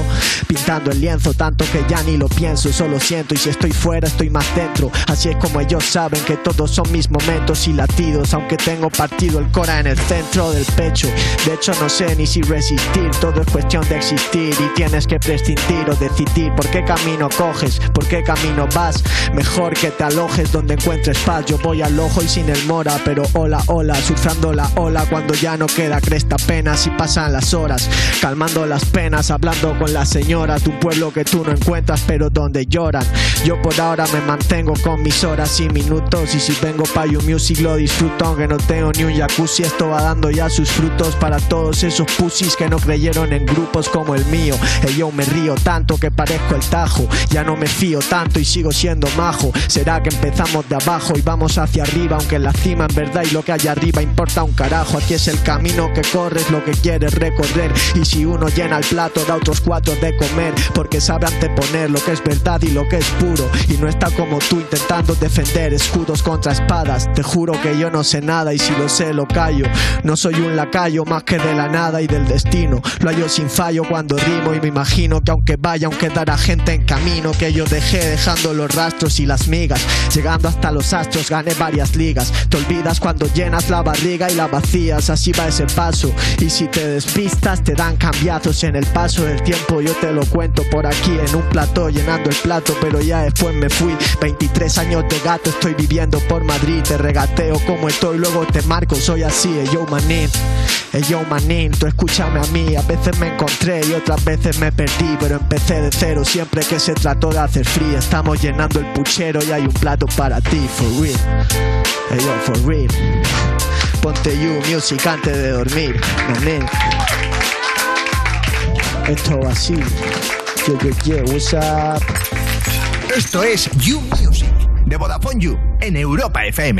Speaker 11: pintando el lienzo, tanto que ya ni lo pienso, solo siento. Y si estoy fuera, estoy más dentro. Así es como ellos saben que todos son mis momentos y latidos, aunque tengo partido el cora en el centro del pecho. De hecho, no sé ni si resistir, todo es cuestión de existir y tienes que prescindir o decidir por qué camino coges, por qué camino vas. Mejor que te alojes donde encuentres paz. Yo voy al ojo y sin el mora, pero hola, hola, surfando la ola cuando ya no queda cresta apenas y pasan las horas, calmando las penas, hablando con las señoras de un pueblo que tú no encuentras, pero donde lloran. Yo por ahora me mantengo con mis horas y minutos y si vengo pa' You Music lo disfruto aunque no tengo ni un jacuzzi esto va dando ya sus frutos para todos esos pussies que no creyeron en grupos como el mío y yo me río tanto que parezco el tajo ya no me fío tanto y sigo siendo majo será que empezamos de abajo y vamos hacia arriba aunque en la cima en verdad y lo que hay arriba importa un carajo aquí es el camino que corres lo que quieres recorrer y si uno llena el plato da otros cuatro de comer porque sabe anteponer lo que es verdad y lo que es puro y no está como tú intentando defender escudos contra espadas. Te juro que yo no sé nada y si lo sé lo callo. No soy un lacayo más que de la nada y del destino. Lo hallo sin fallo cuando rimo y me imagino que aunque vaya, aunque dará gente en camino que yo dejé dejando los rastros y las migas. Llegando hasta los astros gané varias ligas. Te olvidas cuando llenas la barriga y la vacías. Así va ese paso. Y si te despistas te dan cambiazos en el paso del tiempo. Yo te lo cuento por aquí en un plató llenando el plato, pero ya después me fui. 23 años de gato, estoy viviendo por Madrid. Te regateo como estoy, luego te marco. Soy así, el yo manín, el yo manín. Tú escúchame a mí, a veces me encontré y otras veces me perdí. Pero empecé de cero siempre que se trató de hacer free. Estamos llenando el puchero y hay un plato para ti, for real. Hey yo, for real. Ponte you music antes de dormir, manín. Esto así. Yo, yo, yo, what's up?
Speaker 7: Esto es You Music de Vodafone You en Europa FM.